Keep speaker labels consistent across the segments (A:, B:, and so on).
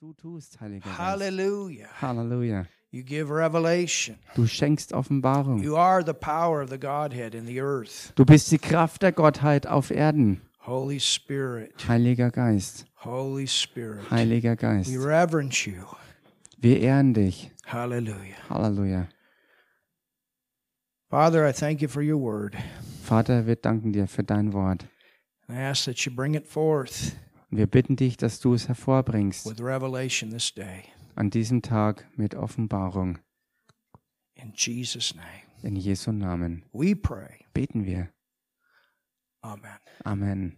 A: du tust, Heiliger Geist.
B: Hallelujah.
A: Halleluja.
B: You give revelation.
A: Du schenkst Offenbarung.
B: You are the power of the Godhead in the earth.
A: Du bist die Kraft der Gottheit auf Erden.
B: Holy Spirit.
A: Heiliger Geist,
B: Holy Spirit.
A: Heiliger Geist,
B: We reverence you.
A: wir ehren dich.
B: Hallelujah.
A: Halleluja.
B: Father, I thank you for your word.
A: Vater, wir danken dir für dein Wort.
B: I ask that you bring it forth
A: Und wir bitten dich, dass du es hervorbringst
B: with revelation this day.
A: an diesem Tag mit Offenbarung.
B: In Jesus' name.
A: In Jesu Namen
B: We pray.
A: beten wir.
B: Amen.
A: Amen.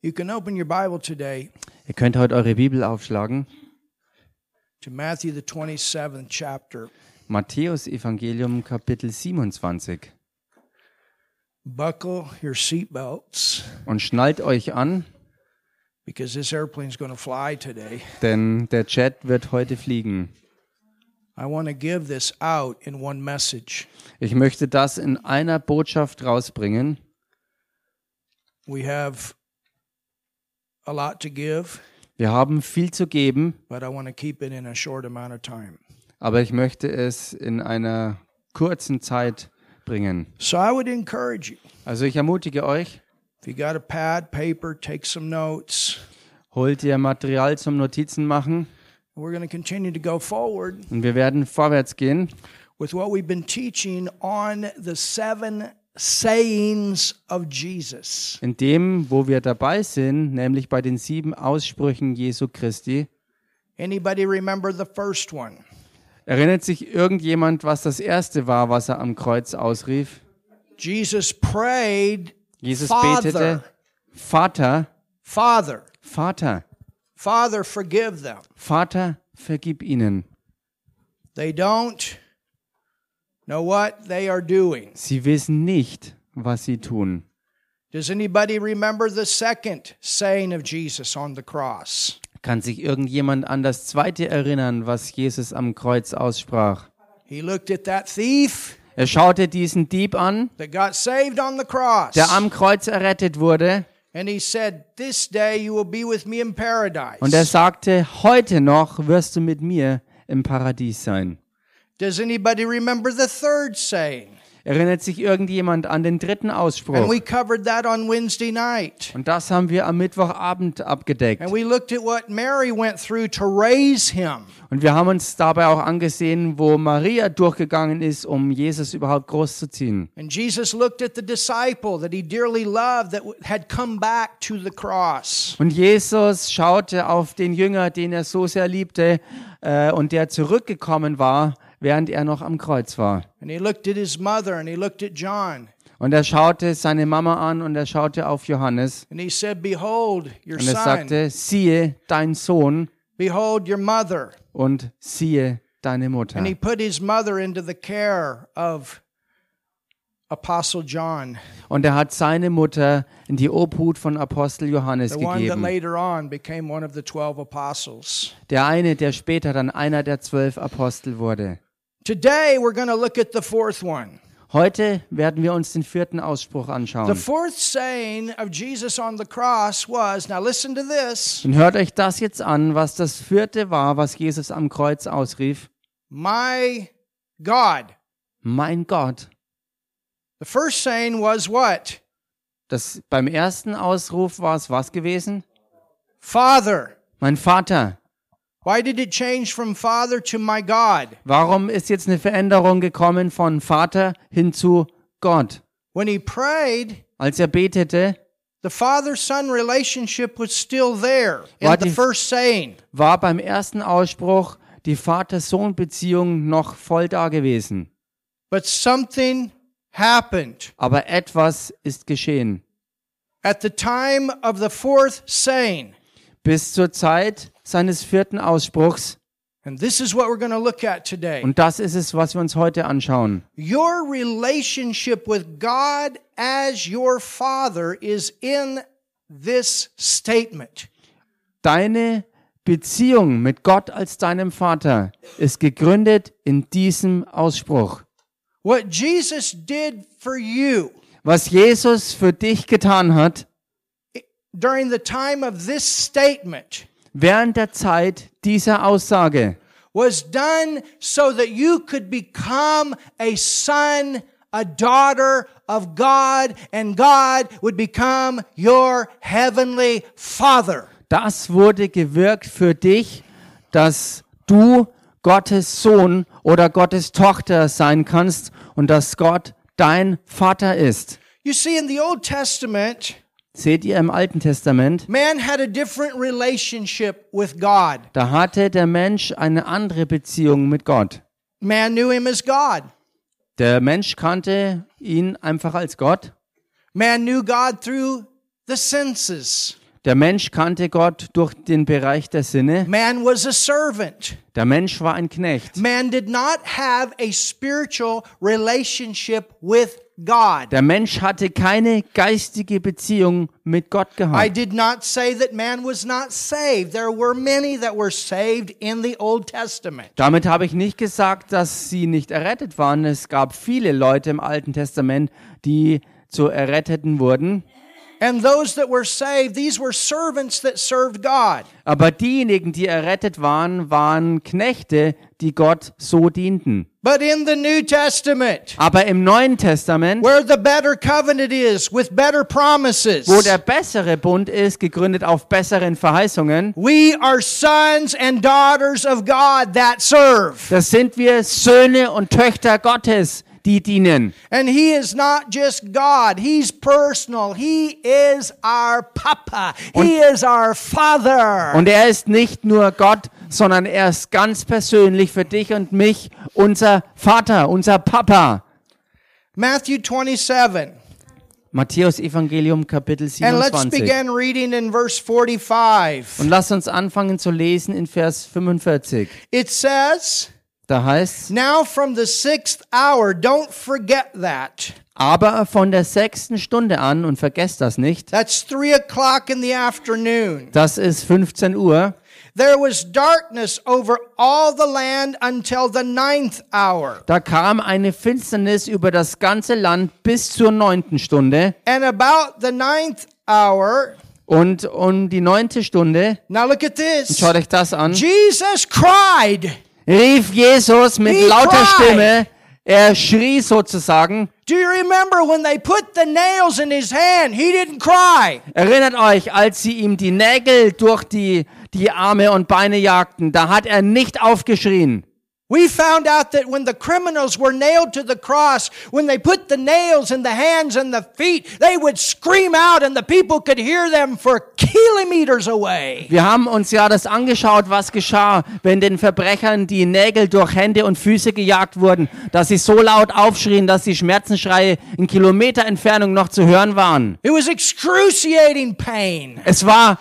B: You can open your Bible today
A: Ihr könnt heute eure Bibel aufschlagen.
B: to Matthew, the 27th chapter.
A: Matthäus Evangelium Kapitel 27.
B: Buckle your seatbelts
A: Und schnallt euch an,
B: because this airplane's going to fly today.
A: denn der Chat wird heute fliegen.
B: I want to give this out in one message.
A: Ich möchte das in einer Botschaft rausbringen.
B: We have a lot to give,
A: Wir haben viel zu geben,
B: but I want to keep it in a short amount of time.
A: aber ich möchte es in einer kurzen Zeit bringen.
B: So I would encourage you
A: Also ich ermutige euch,
B: if you got a pad, paper, take some notes.
A: holt ihr Material zum Notizen machen
B: We're going to continue to go forward
A: und wir werden vorwärts gehen
B: with what we've been teaching on the seven sayings of Jesus.
A: in dem, wo wir dabei sind, nämlich bei den sieben Aussprüchen Jesu Christi.
B: Anybody remember the first one?
A: Erinnert sich irgendjemand, was das erste war, was er am Kreuz ausrief?
B: Jesus prayed,
A: Jesus
B: Father,
A: betete, Vater,
B: Father,
A: Vater,
B: Father, forgive them.
A: Vater, vergib ihnen.
B: They don't know what they are doing.
A: Sie wissen nicht, was sie tun.
B: Does anybody remember the second saying of Jesus on the cross?
A: Kann sich irgendjemand an das zweite erinnern, was Jesus am Kreuz aussprach?
B: He looked at that thief
A: Er schaute diesen Dieb an,
B: that got saved on the cross
A: der am Kreuz errettet wurde,
B: and he said, This day you will be with me in paradise.
A: und er sagte, heute noch wirst du mit mir im Paradies sein.
B: Does anybody remember the third saying?
A: Erinnert sich irgendjemand an den dritten
B: And
A: Ausspruch?
B: we covered that on Wednesday night.
A: Und das haben wir am Mittwochabend abgedeckt.
B: And we looked at what Mary went through to raise him.
A: Und wir haben uns dabei auch angesehen, wo Maria durchgegangen ist, um Jesus überhaupt großzuziehen.
B: And Jesus looked at the disciple that he dearly loved that w- had come back to the cross.
A: Und Jesus schaute auf den Jünger, den er so sehr liebte äh, und der zurückgekommen war, während er noch am Kreuz war.
B: And he looked at his mother and he looked at John.
A: Und er schaute seine Mama an und er schaute auf Johannes
B: And he said, Behold your
A: und er
B: son.
A: sagte, siehe dein Sohn
B: Behold your mother.
A: und siehe deine Mutter.
B: And he put his mother into the care of Apostle John,
A: Und er hat seine Mutter in die Obhut von Apostel Johannes
B: the one that
A: gegeben.
B: later on became one of the 12 apostles.
A: Der eine, der später dann einer der zwölf Apostel wurde.
B: Today we're going to look at the fourth one.
A: Heute werden wir uns den vierten Ausspruch
B: The
A: anschauen.
B: fourth saying of Jesus on the cross was, now listen to this,
A: Und hört euch das jetzt an, was das vierte war, was Jesus am Kreuz ausrief.
B: my God.
A: Mein Gott.
B: The first saying was what?
A: Das beim ersten Ausruf war es was gewesen?
B: Father.
A: Mein Vater.
B: Why did it change from Father to my God?
A: Warum ist jetzt eine Veränderung gekommen von Vater hin zu Gott?
B: When he prayed,
A: Als er betete,
B: the father son relationship was still there in
A: What
B: the
A: if-
B: first saying.
A: war beim ersten Ausspruch die Vater-Sohn-Beziehung noch voll da gewesen.
B: But something happened.
A: Aber etwas ist geschehen.
B: At the time of the fourth saying,
A: Bis zur Zeit seines vierten Ausspruchs.
B: and this is what we're going to look at today.
A: Und das ist es, was wir uns heute anschauen.
B: Your relationship with God as your Father is in this statement.
A: Deine Beziehung mit Gott als deinem Vater ist gegründet in diesem Ausspruch.
B: What Jesus did for you
A: Was Jesus für dich getan hat
B: during the time of this statement
A: während der Zeit dieser Aussage
B: was done so that you could become a son, a daughter of God, and God would become your heavenly Father.
A: Das wurde gewirkt für dich, dass du Gottes Sohn oder Gottes Tochter sein kannst und dass Gott dein Vater ist.
B: You see, in the Old Testament,
A: Seht ihr im Alten Testament,
B: man had a different relationship with God.
A: da hatte der Mensch eine andere Beziehung mit Gott.
B: Man knew him as God.
A: Der Mensch kannte ihn einfach als Gott.
B: Man knew God through the senses.
A: Der Mensch kannte Gott durch den Bereich der Sinne.
B: Man was a servant.
A: Der Mensch war ein Knecht.
B: Man did not have a spiritual relationship with God.
A: Der Mensch hatte keine geistige Beziehung mit Gott
B: I
A: gehabt.
B: did not say that man was not saved. There were many that were saved in the Old Testament.
A: Damit habe ich nicht gesagt, dass sie nicht errettet waren. Es gab viele Leute im Alten Testament, die zu Erretteten wurden.
B: And those that were saved, these were servants that served God.
A: Aber diejenigen, die errettet waren, waren Knechte, die Gott so dienten.
B: But in the New Testament,
A: Aber im Neuen Testament,
B: where the better covenant is with better promises,
A: wo der bessere Bund ist, gegründet auf besseren Verheißungen,
B: we are sons and daughters of God that serve.
A: das sind wir Söhne und Töchter Gottes, die dienen.
B: And he is not just God, he's personal. He is our papa. He is our father.
A: Und er ist nicht nur Gott, sondern er ist ganz persönlich für dich und mich unser Vater, unser Papa.
B: Matthew 27.
A: Matthäus Evangelium Kapitel
B: And let's
A: 27.
B: begin reading in verse 45.
A: Und lasst uns anfangen zu lesen in Vers 45.
B: It says,
A: Da heißt's,
B: Now from the sixth hour, don't forget that.
A: aber von der sechsten Stunde an, und vergesst das nicht,
B: That's three o'clock in the afternoon.
A: das ist 15 Uhr,
B: There was darkness over all the land until the ninth hour.
A: da kam eine Finsternis über das ganze Land bis zur neunten Stunde.
B: And about the ninth hour,
A: Und um die neunte Stunde,
B: now look at this.
A: schaut euch das an,
B: Jesus cried.
A: rief Jesus mit
B: He
A: lauter
B: cried.
A: Stimme. Er schrie sozusagen.
B: Do you remember when they put the nails in his hand? He didn't cry.
A: Erinnert euch, als sie ihm die Nägel durch die, die Arme und Beine jagten, da hat er nicht aufgeschrien.
B: We found out that when the criminals were nailed to the cross, when they put the nails in the hands and the feet, they would scream out and the people could hear them for kilometers away.
A: Wir haben uns ja das angeschaut, was geschah, wenn den Verbrechern die Nägel durch Hände und Füße gejagt wurden, dass sie so laut aufschrien, dass die Schmerzensschreie in Kilometer Entfernung noch zu hören waren.
B: It was excruciating pain.
A: Es war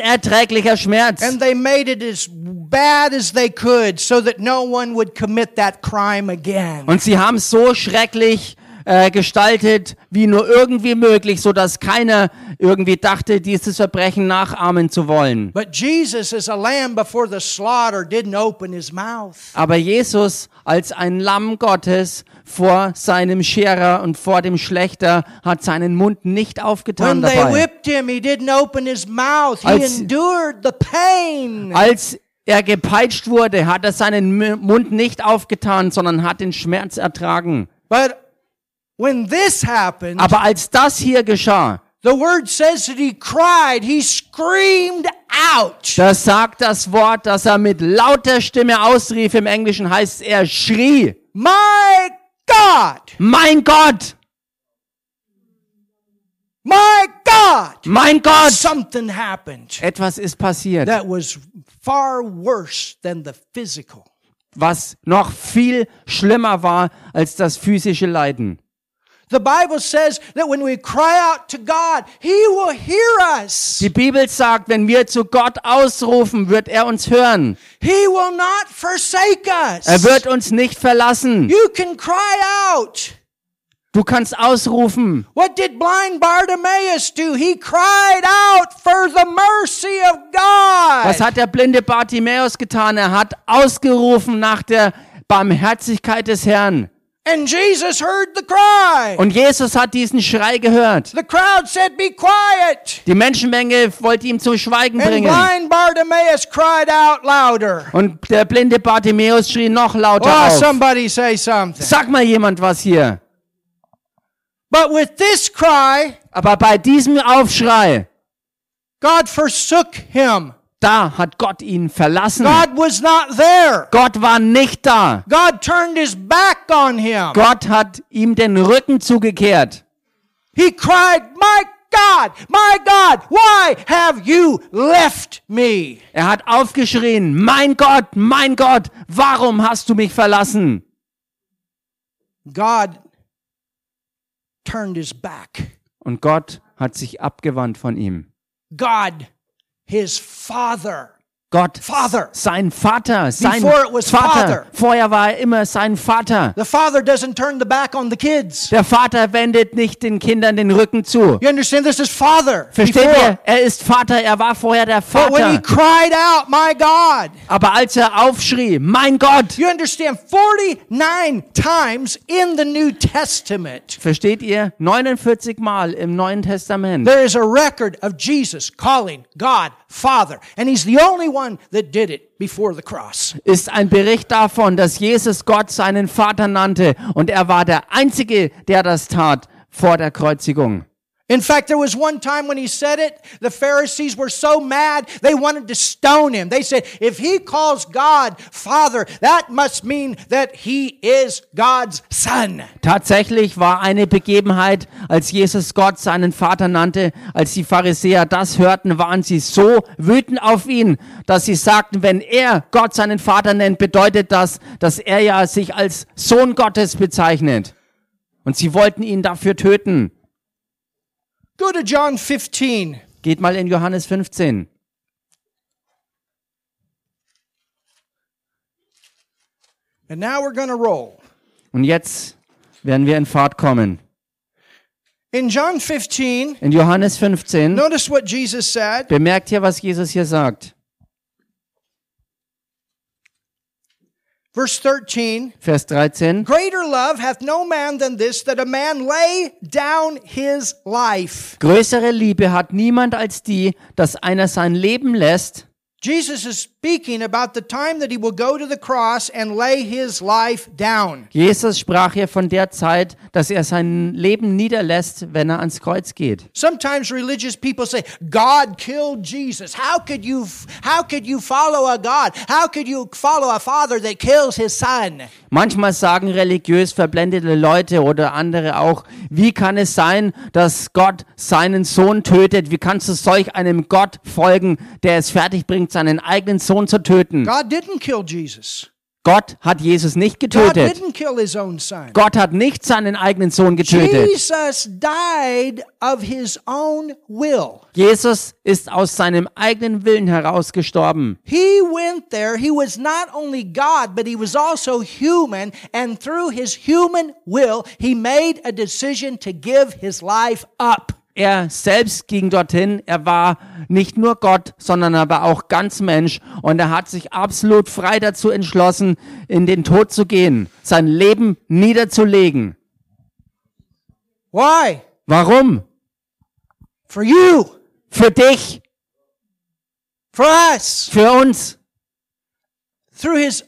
A: unerträglicher Schmerz.
B: And they made it as bad as they could so that no one would commit that crime again.
A: Und sie haben es so schrecklich äh, gestaltet, wie nur irgendwie möglich, so dass keiner irgendwie dachte, dieses Verbrechen nachahmen zu wollen.
B: But Jesus, as a lamb before the slaughter, didn't open his mouth.
A: Aber Jesus als ein Lamm Gottes vor seinem Scherer und vor dem Schlechter hat seinen Mund nicht
B: When
A: aufgetan
B: they
A: dabei.
B: whipped him, he didn't open his mouth. He
A: Als-
B: endured the pain.
A: Als er gepeitscht wurde, hat er seinen M- Mund nicht aufgetan, sondern hat den Schmerz ertragen.
B: But when this happened,
A: Aber als das hier geschah,
B: the word says that he cried, he screamed out.
A: da sagt das Wort, dass er mit lauter Stimme ausrief. Im Englischen heißt es, er schrie.
B: My God!
A: Mein Gott!
B: My God!
A: Mein Gott!
B: Something happened
A: Etwas ist passiert,
B: that was far worse than the physical.
A: was noch viel schlimmer war als das physische Leiden.
B: The Bible says that when we cry out to God, He will hear us.
A: Die Bibel sagt, wenn wir zu Gott ausrufen, wird er uns hören.
B: He will not forsake us.
A: Er wird uns nicht verlassen.
B: You can cry out.
A: Du kannst ausrufen.
B: What did blind Bartimaeus do? He cried out for the mercy of God.
A: Was hat der blinde Bartimäus getan? Er hat ausgerufen nach der Barmherzigkeit des Herrn.
B: And Jesus heard the cry.
A: Und Jesus hat diesen Schrei gehört.
B: The crowd said, Be quiet.
A: Die Menschenmenge wollte ihm zum Schweigen
B: And
A: bringen.
B: blind Bartimaeus cried out louder.
A: Und der blinde Bartimäus schrie noch lauter
B: Oh,
A: auf.
B: somebody say something.
A: Sag mal jemand was hier.
B: But with this cry,
A: Aber bei diesem Aufschrei,
B: God forsook him.
A: da hat Gott ihn verlassen.
B: God was not there.
A: Gott war nicht da.
B: God turned his back on him.
A: Gott hat ihm den Rücken zugekehrt.
B: He cried, My God, my God, why have you left me?
A: Er hat aufgeschrien, mein Gott, mein Gott, warum hast du mich verlassen?
B: God turned his back.
A: Und Gott hat sich abgewandt von ihm.
B: God, his father.
A: Gott,
B: Father.
A: sein Vater, sein
B: Before it was
A: Vater.
B: Father.
A: Vorher war er immer sein Vater.
B: The father doesn't turn the back on the kids.
A: Der Vater wendet nicht den Kindern den Rücken zu.
B: You understand? This is father.
A: Versteht
B: before.
A: ihr? Er ist Vater, er war vorher der
B: But when he
A: Vater.
B: cried out, My God,
A: Aber als er aufschrie, mein Gott,
B: you understand 49 times in the New Testament,
A: versteht ihr? 49 Mal im Neuen Testament.
B: there is a record of Jesus calling God Father. And he's the only one that did it before the cross.
A: ist ein Bericht davon, dass Jesus Gott seinen Vater nannte und er war der Einzige, der das tat vor der Kreuzigung.
B: In fact, there was one time when he said it, the Pharisees were so mad, they wanted to stone him. They said, if he calls God Father, that must mean that he is God's Son.
A: Tatsächlich war eine Begebenheit, als Jesus Gott seinen Vater nannte, als die Pharisäer das hörten, waren sie so wütend auf ihn, dass sie sagten, wenn er Gott seinen Vater nennt, bedeutet das, dass er ja sich als Sohn Gottes bezeichnet. Und sie wollten ihn dafür töten.
B: Go to John 15.
A: Geht mal in Johannes 15.
B: And now we're going to roll.
A: Und jetzt werden wir in Fahrt kommen.
B: In John 15,
A: In Johannes 15
B: notice what Jesus said.
A: bemerkt ihr, was Jesus hier sagt.
B: Verse 13
A: Vers 13.
B: Greater love hath no man than this, that a man lay down his life.
A: Größere Liebe hat niemand als die, dass einer sein Leben lässt.
B: Jesus is speaking about the time that he will go to the cross and lay his life down.
A: Jesus sprach hier von der Zeit, dass er sein Leben niederlässt, wenn er ans Kreuz geht.
B: Sometimes religious people say, God killed Jesus. How could you, how could you follow a God? How could you follow a father that kills his son?
A: Manchmal sagen religiös verblendete Leute oder andere auch, wie kann es sein, dass Gott seinen Sohn tötet? Wie kannst du solch einem Gott folgen, der es fertigbringt, seinen eigenen Sohn zu töten?
B: God didn't kill Jesus.
A: Gott hat Jesus nicht
B: God
A: getötet.
B: didn't kill his own son.
A: Gott hat nicht seinen eigenen Sohn getötet.
B: Jesus died of his own will.
A: Jesus ist aus seinem eigenen Willen heraus gestorben.
B: He went there. He was not only God, but he was also human. And through his human will, he made a decision to give his life up.
A: Er selbst ging dorthin. Er war nicht nur Gott, sondern er war auch ganz Mensch. Und er hat sich absolut frei dazu entschlossen, in den Tod zu gehen, sein Leben niederzulegen.
B: Why?
A: Warum?
B: For you,
A: Für dich,
B: for us,
A: für uns,
B: through his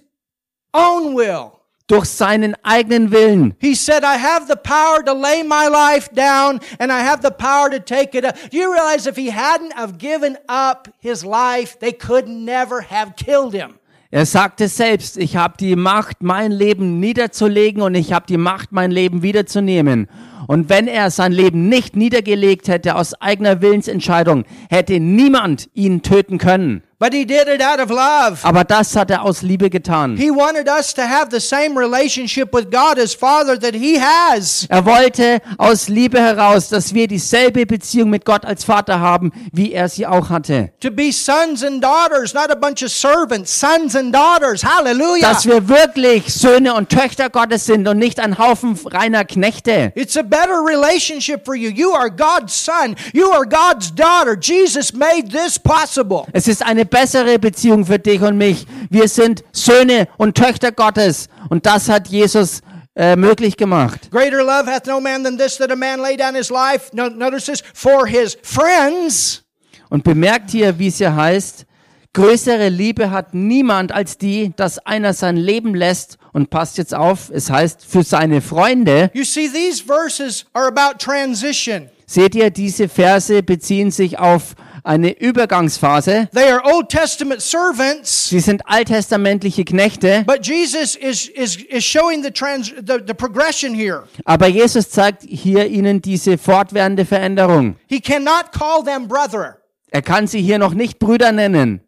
B: own will.
A: durch seinen eigenen Willen.
B: He said, I have the power to lay my life down and I have the power to take it up. Do you realize if he hadn't have given up his life, they could never have killed him.
A: Er sagte selbst, ich habe die Macht, mein Leben niederzulegen und ich habe die Macht, mein Leben wiederzunehmen. Und wenn er sein Leben nicht niedergelegt hätte aus eigener Willensentscheidung, hätte niemand ihn töten können.
B: But he did it out of love.
A: Aber das hat er aus Liebe getan.
B: He wanted us to have the same relationship with God as Father that he has.
A: Er wollte aus Liebe heraus, dass wir dieselbe Beziehung mit Gott als Vater haben, wie er sie auch hatte.
B: To be sons and daughters, not a bunch of servants, sons and daughters. Hallelujah.
A: Dass wir wirklich Söhne und Töchter Gottes sind und nicht ein Haufen reiner Knechte.
B: It's a better relationship for you. You are God's son. You are God's daughter. Jesus made this possible.
A: Es ist eine bessere Beziehung für dich und mich. Wir sind Söhne und Töchter Gottes. Und das hat Jesus äh, möglich gemacht.
B: Greater love hath no man than this, that a man lay down his life, no, notice this, for his friends.
A: Und bemerkt hier, wie es hier heißt, größere Liebe hat niemand als die, dass einer sein Leben lässt und passt jetzt auf, es heißt für seine Freunde.
B: You see, these verses are about transition.
A: Seht ihr, diese Verse beziehen sich auf eine Übergangsphase.
B: They are Old Testament servants,
A: Sie sind alttestamentliche Knechte,
B: but Jesus is, is, is showing the, trans, the, the progression here.
A: aber Jesus zeigt hier ihnen diese fortwährende Veränderung.
B: He cannot call them brother.
A: Er kann sie hier noch nicht Brüder nennen,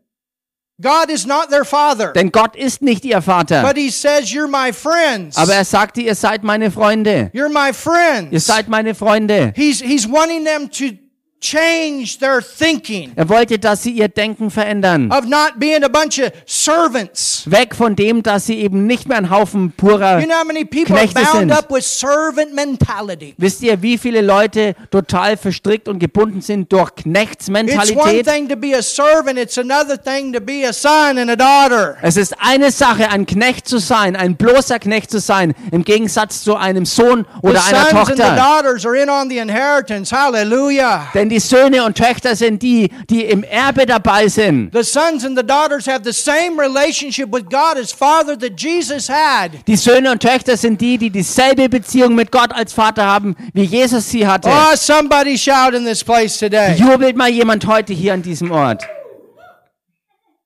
B: God is not their father,
A: denn Gott ist nicht ihr Vater.
B: but he says, You're my friends.
A: Aber er sagte, ihr seid meine Freunde.
B: You're my
A: Ihr
B: friends.
A: seid meine Freunde.
B: He's, he's wanting them to change their thinking
A: Er wollte, dass sie ihr Denken verändern.
B: of not being a bunch of servants.
A: Weg von dem, dass sie eben nicht mehr ein Haufen purer...
B: You know how many people are
A: Knechte
B: bound
A: sind.
B: up with servant mentality?
A: Wisst ihr, wie viele Leute total verstrickt und gebunden sind durch
B: It's one
A: Knechtsmentalität?
B: thing to be a servant, it's another thing to be a son and a daughter.
A: Es ist eine Sache, ein Knecht zu sein, ein bloßer Knecht zu sein, im Gegensatz zu einem Sohn
B: The
A: oder einer
B: sons and the
A: Tochter.
B: daughters are in on the inheritance. Hallelujah.
A: Denn die Söhne und Töchter sind die, die im Erbe dabei sind.
B: The sons and the daughters have the same relationship with God as Father that Jesus had.
A: Die Söhne und Töchter sind die, die dieselbe Beziehung mit Gott als Vater haben, wie Jesus sie hatte.
B: Oh, somebody shout in this place today.
A: Jubelt mal jemand heute hier an diesem Ort.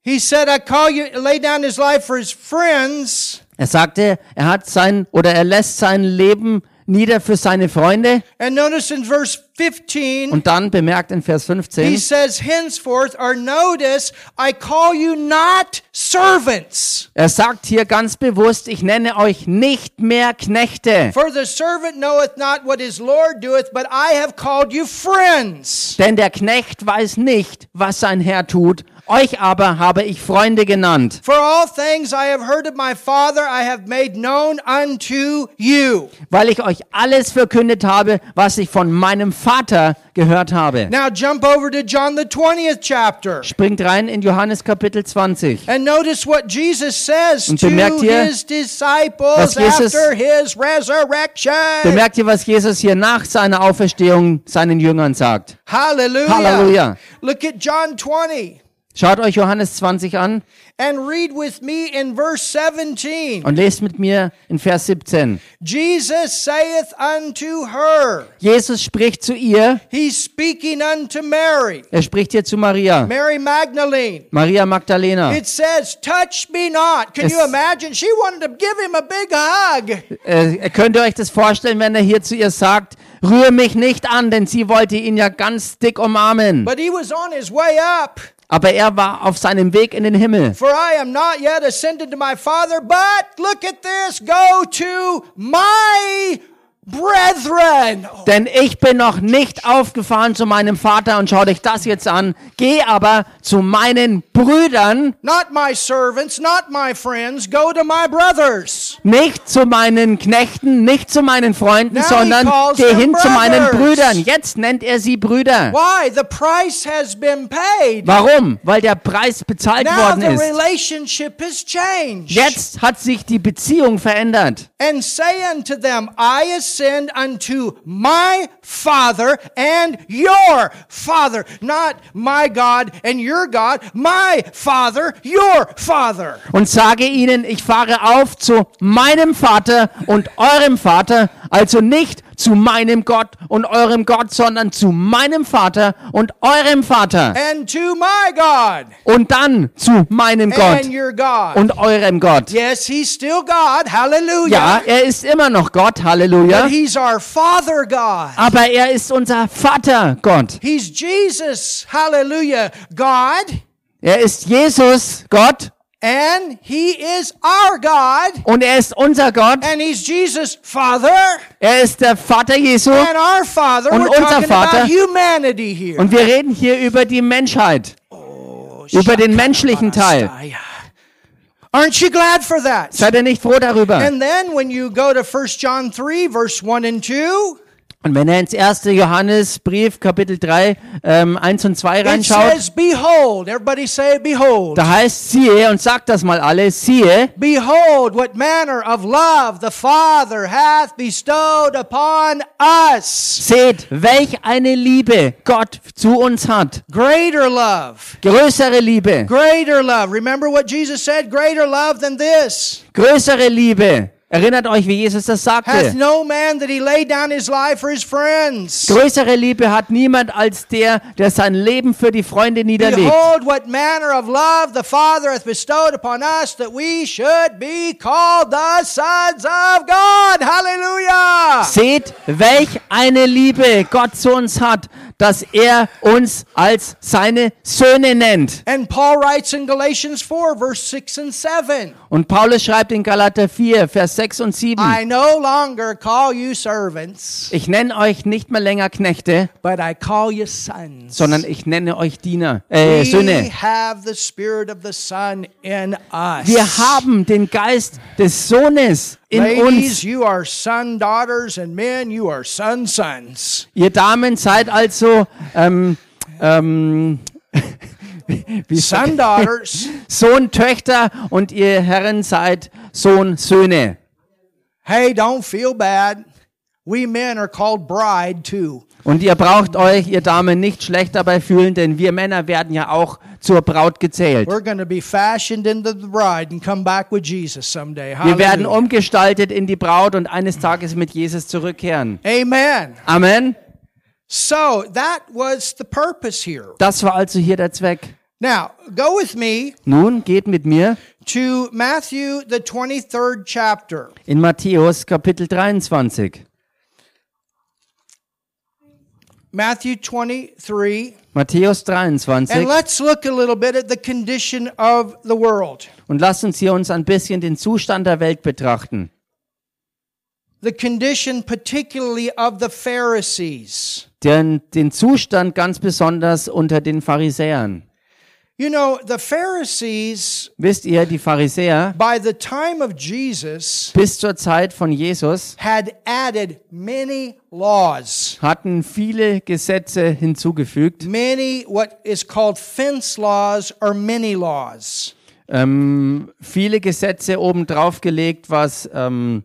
B: He said, I call you, lay down his life for his friends.
A: Er sagte, er hat sein oder er lässt sein Leben nieder für seine Freunde.
B: And notice in verse 15,
A: Und dann bemerkt in Vers
B: he
A: 15,
B: says, henceforth, or notice, I call you not servants.
A: er sagt hier ganz bewusst, ich nenne euch nicht mehr Knechte.
B: For the servant knoweth not what his Lord doeth, but I have called you friends.
A: Denn der Knecht weiß nicht, was sein Herr tut. Euch aber habe ich Freunde genannt.
B: For all things I have heard of my Father, I have made known unto you.
A: weil ich euch alles verkündet habe, was ich von meinem Vater gehört habe.
B: Now jump over to John the 20th chapter.
A: Springt rein in Johannes Kapitel 20.
B: And notice what Jesus says
A: Und
B: to
A: bemerkt ihr,
B: his disciples
A: dass Jesus-
B: after his resurrection.
A: Bemerkt ihr, was Jesus hier nach seiner Auferstehung seinen Jüngern sagt?
B: Hallelujah.
A: Hallelujah.
B: Look at John 20
A: Schaut euch Johannes 20 an
B: and read with me in verse 17.
A: und lest mit mir in Vers 17.
B: Jesus saith unto her,
A: Jesus spricht zu ihr,
B: He's speaking unto Mary,
A: er spricht hier zu Maria,
B: Mary Magdalene.
A: Maria Magdalena.
B: It says, Touch me not. Can
A: Es-
B: you imagine? She wanted to give him a big hug.
A: Äh, könnt ihr euch das vorstellen, wenn er hier zu ihr sagt, rühr mich nicht an, denn sie wollte ihn ja ganz dick umarmen.
B: But he was on his way up.
A: Aber er war auf seinem Weg in den Himmel.
B: For I am not yet ascended to my Father, but look at this go to my brethren.
A: Denn ich bin noch nicht aufgefahren zu meinem Vater und schau dich das jetzt an. Geh aber zu meinen Brüdern,
B: Not my servants, not my friends, go to my brothers.
A: nicht zu meinen Knechten, nicht zu meinen Freunden,
B: Now he
A: sondern
B: calls
A: geh
B: them
A: hin zu meinen
B: brothers.
A: Brüdern. Jetzt nennt er sie Brüder.
B: Why? The price has been paid.
A: Warum? Weil der Preis bezahlt
B: Now
A: worden
B: the
A: ist.
B: relationship has changed.
A: Jetzt hat sich die Beziehung verändert.
B: And say unto them, I ascend unto my Father and your Father. Not my God and your God, my Father, your Father.
A: Und sage ihnen, ich fahre auf zu meinem Vater und eurem Vater, also nicht zu meinem Gott und eurem Gott, sondern zu meinem Vater und eurem Vater.
B: and to my God
A: und dann zu meinem Gott
B: and your God.
A: und eurem Gott.
B: yes, he's still God. Hallelujah.
A: Ja, er ist immer noch Gott, Halleluja.
B: But he's our Father God.
A: Aber er ist unser Vater Gott.
B: He's Jesus. Hallelujah. God.
A: Er ist Jesus Gott
B: And he is our God.
A: und er ist unser Gott.
B: And he's Jesus Father
A: Er ist der Vater Jesu
B: and our Father.
A: Und
B: We're
A: unser
B: talking
A: Vater.
B: about humanity here.
A: und wir reden hier über die Menschheit, über den menschlichen Teil.
B: Messiah. Aren't you glad for that?
A: Seid ihr nicht froh darüber?
B: And then when you go to 1 John 3, verse 1 and 2,
A: Und wenn er ins 1. Johannesbrief, Kapitel 3, ähm, 1 und 2
B: It
A: reinschaut,
B: says, Behold, everybody say, Behold.
A: da heißt siehe, und sagt das mal alle, siehe,
B: Behold, what manner of love the Father hath bestowed upon us.
A: seht, welch eine Liebe Gott zu uns hat.
B: Greater love.
A: Größere Liebe,
B: Greater love. Remember what Jesus said? Greater love than this.
A: größere Liebe. Erinnert euch, wie Jesus das
B: Hath
A: sagte.
B: no man that he laid down his life for his friends.
A: Größere Liebe hat niemand als der, der sein Leben für die Freunde niederlegt.
B: Behold, what manner of love the Father hath bestowed upon us that we should be called the sons of God. Hallelujah.
A: Seht, welch eine Liebe Gott zu uns hat, dass er uns als seine Söhne nennt.
B: And Paul writes in Galatians 4, verse 6 and 7.
A: Und Paulus schreibt in Galater 4, Vers 6 und 7,
B: I no longer call you servants,
A: ich nenne euch nicht mehr länger Knechte,
B: but I call you sons.
A: sondern ich nenne euch Diener, äh,
B: we
A: Söhne.
B: have the spirit of the Son in us.
A: Wir haben den Geist des Sohnes in
B: Ladies,
A: uns.
B: you are son daughters, and men, you are son sons.
A: Ihr Damen seid also ähm, ähm,
B: Son daughters.
A: Sohn, Töchter und ihr Herren seid Sohn, Söhne.
B: hey, don't feel bad. We men are called bride too.
A: Und ihr braucht euch, ihr Damen, nicht schlecht dabei fühlen, denn wir Männer werden ja auch zur Braut gezählt.
B: We're going to be fashioned into the bride and come back with Jesus someday.
A: Wir werden
B: Hallelujah.
A: umgestaltet in die Braut und eines Tages mit Jesus zurückkehren.
B: Amen.
A: Amen.
B: So that was the purpose here.
A: Das war also hier der Zweck.
B: Now, go with me
A: Nun geht mit mir
B: to Matthew, the 23rd chapter.
A: in Matthäus Kapitel 23.
B: Matthew 23.
A: Matthäus
B: And
A: 23
B: let's look a little bit at the condition of the world.
A: und lasst uns hier uns ein bisschen den Zustand der Welt betrachten.
B: The condition, particularly of the Pharisees.
A: Den, den Zustand ganz besonders unter den Pharisäern.
B: You know, the Pharisees,
A: Wisst ihr, die Pharisäer
B: by the time of Jesus,
A: bis zur Zeit von Jesus
B: had added many laws,
A: hatten viele Gesetze hinzugefügt,
B: many what is called fence laws or many laws.
A: ähm, viele Gesetze obendrauf gelegt, was ähm,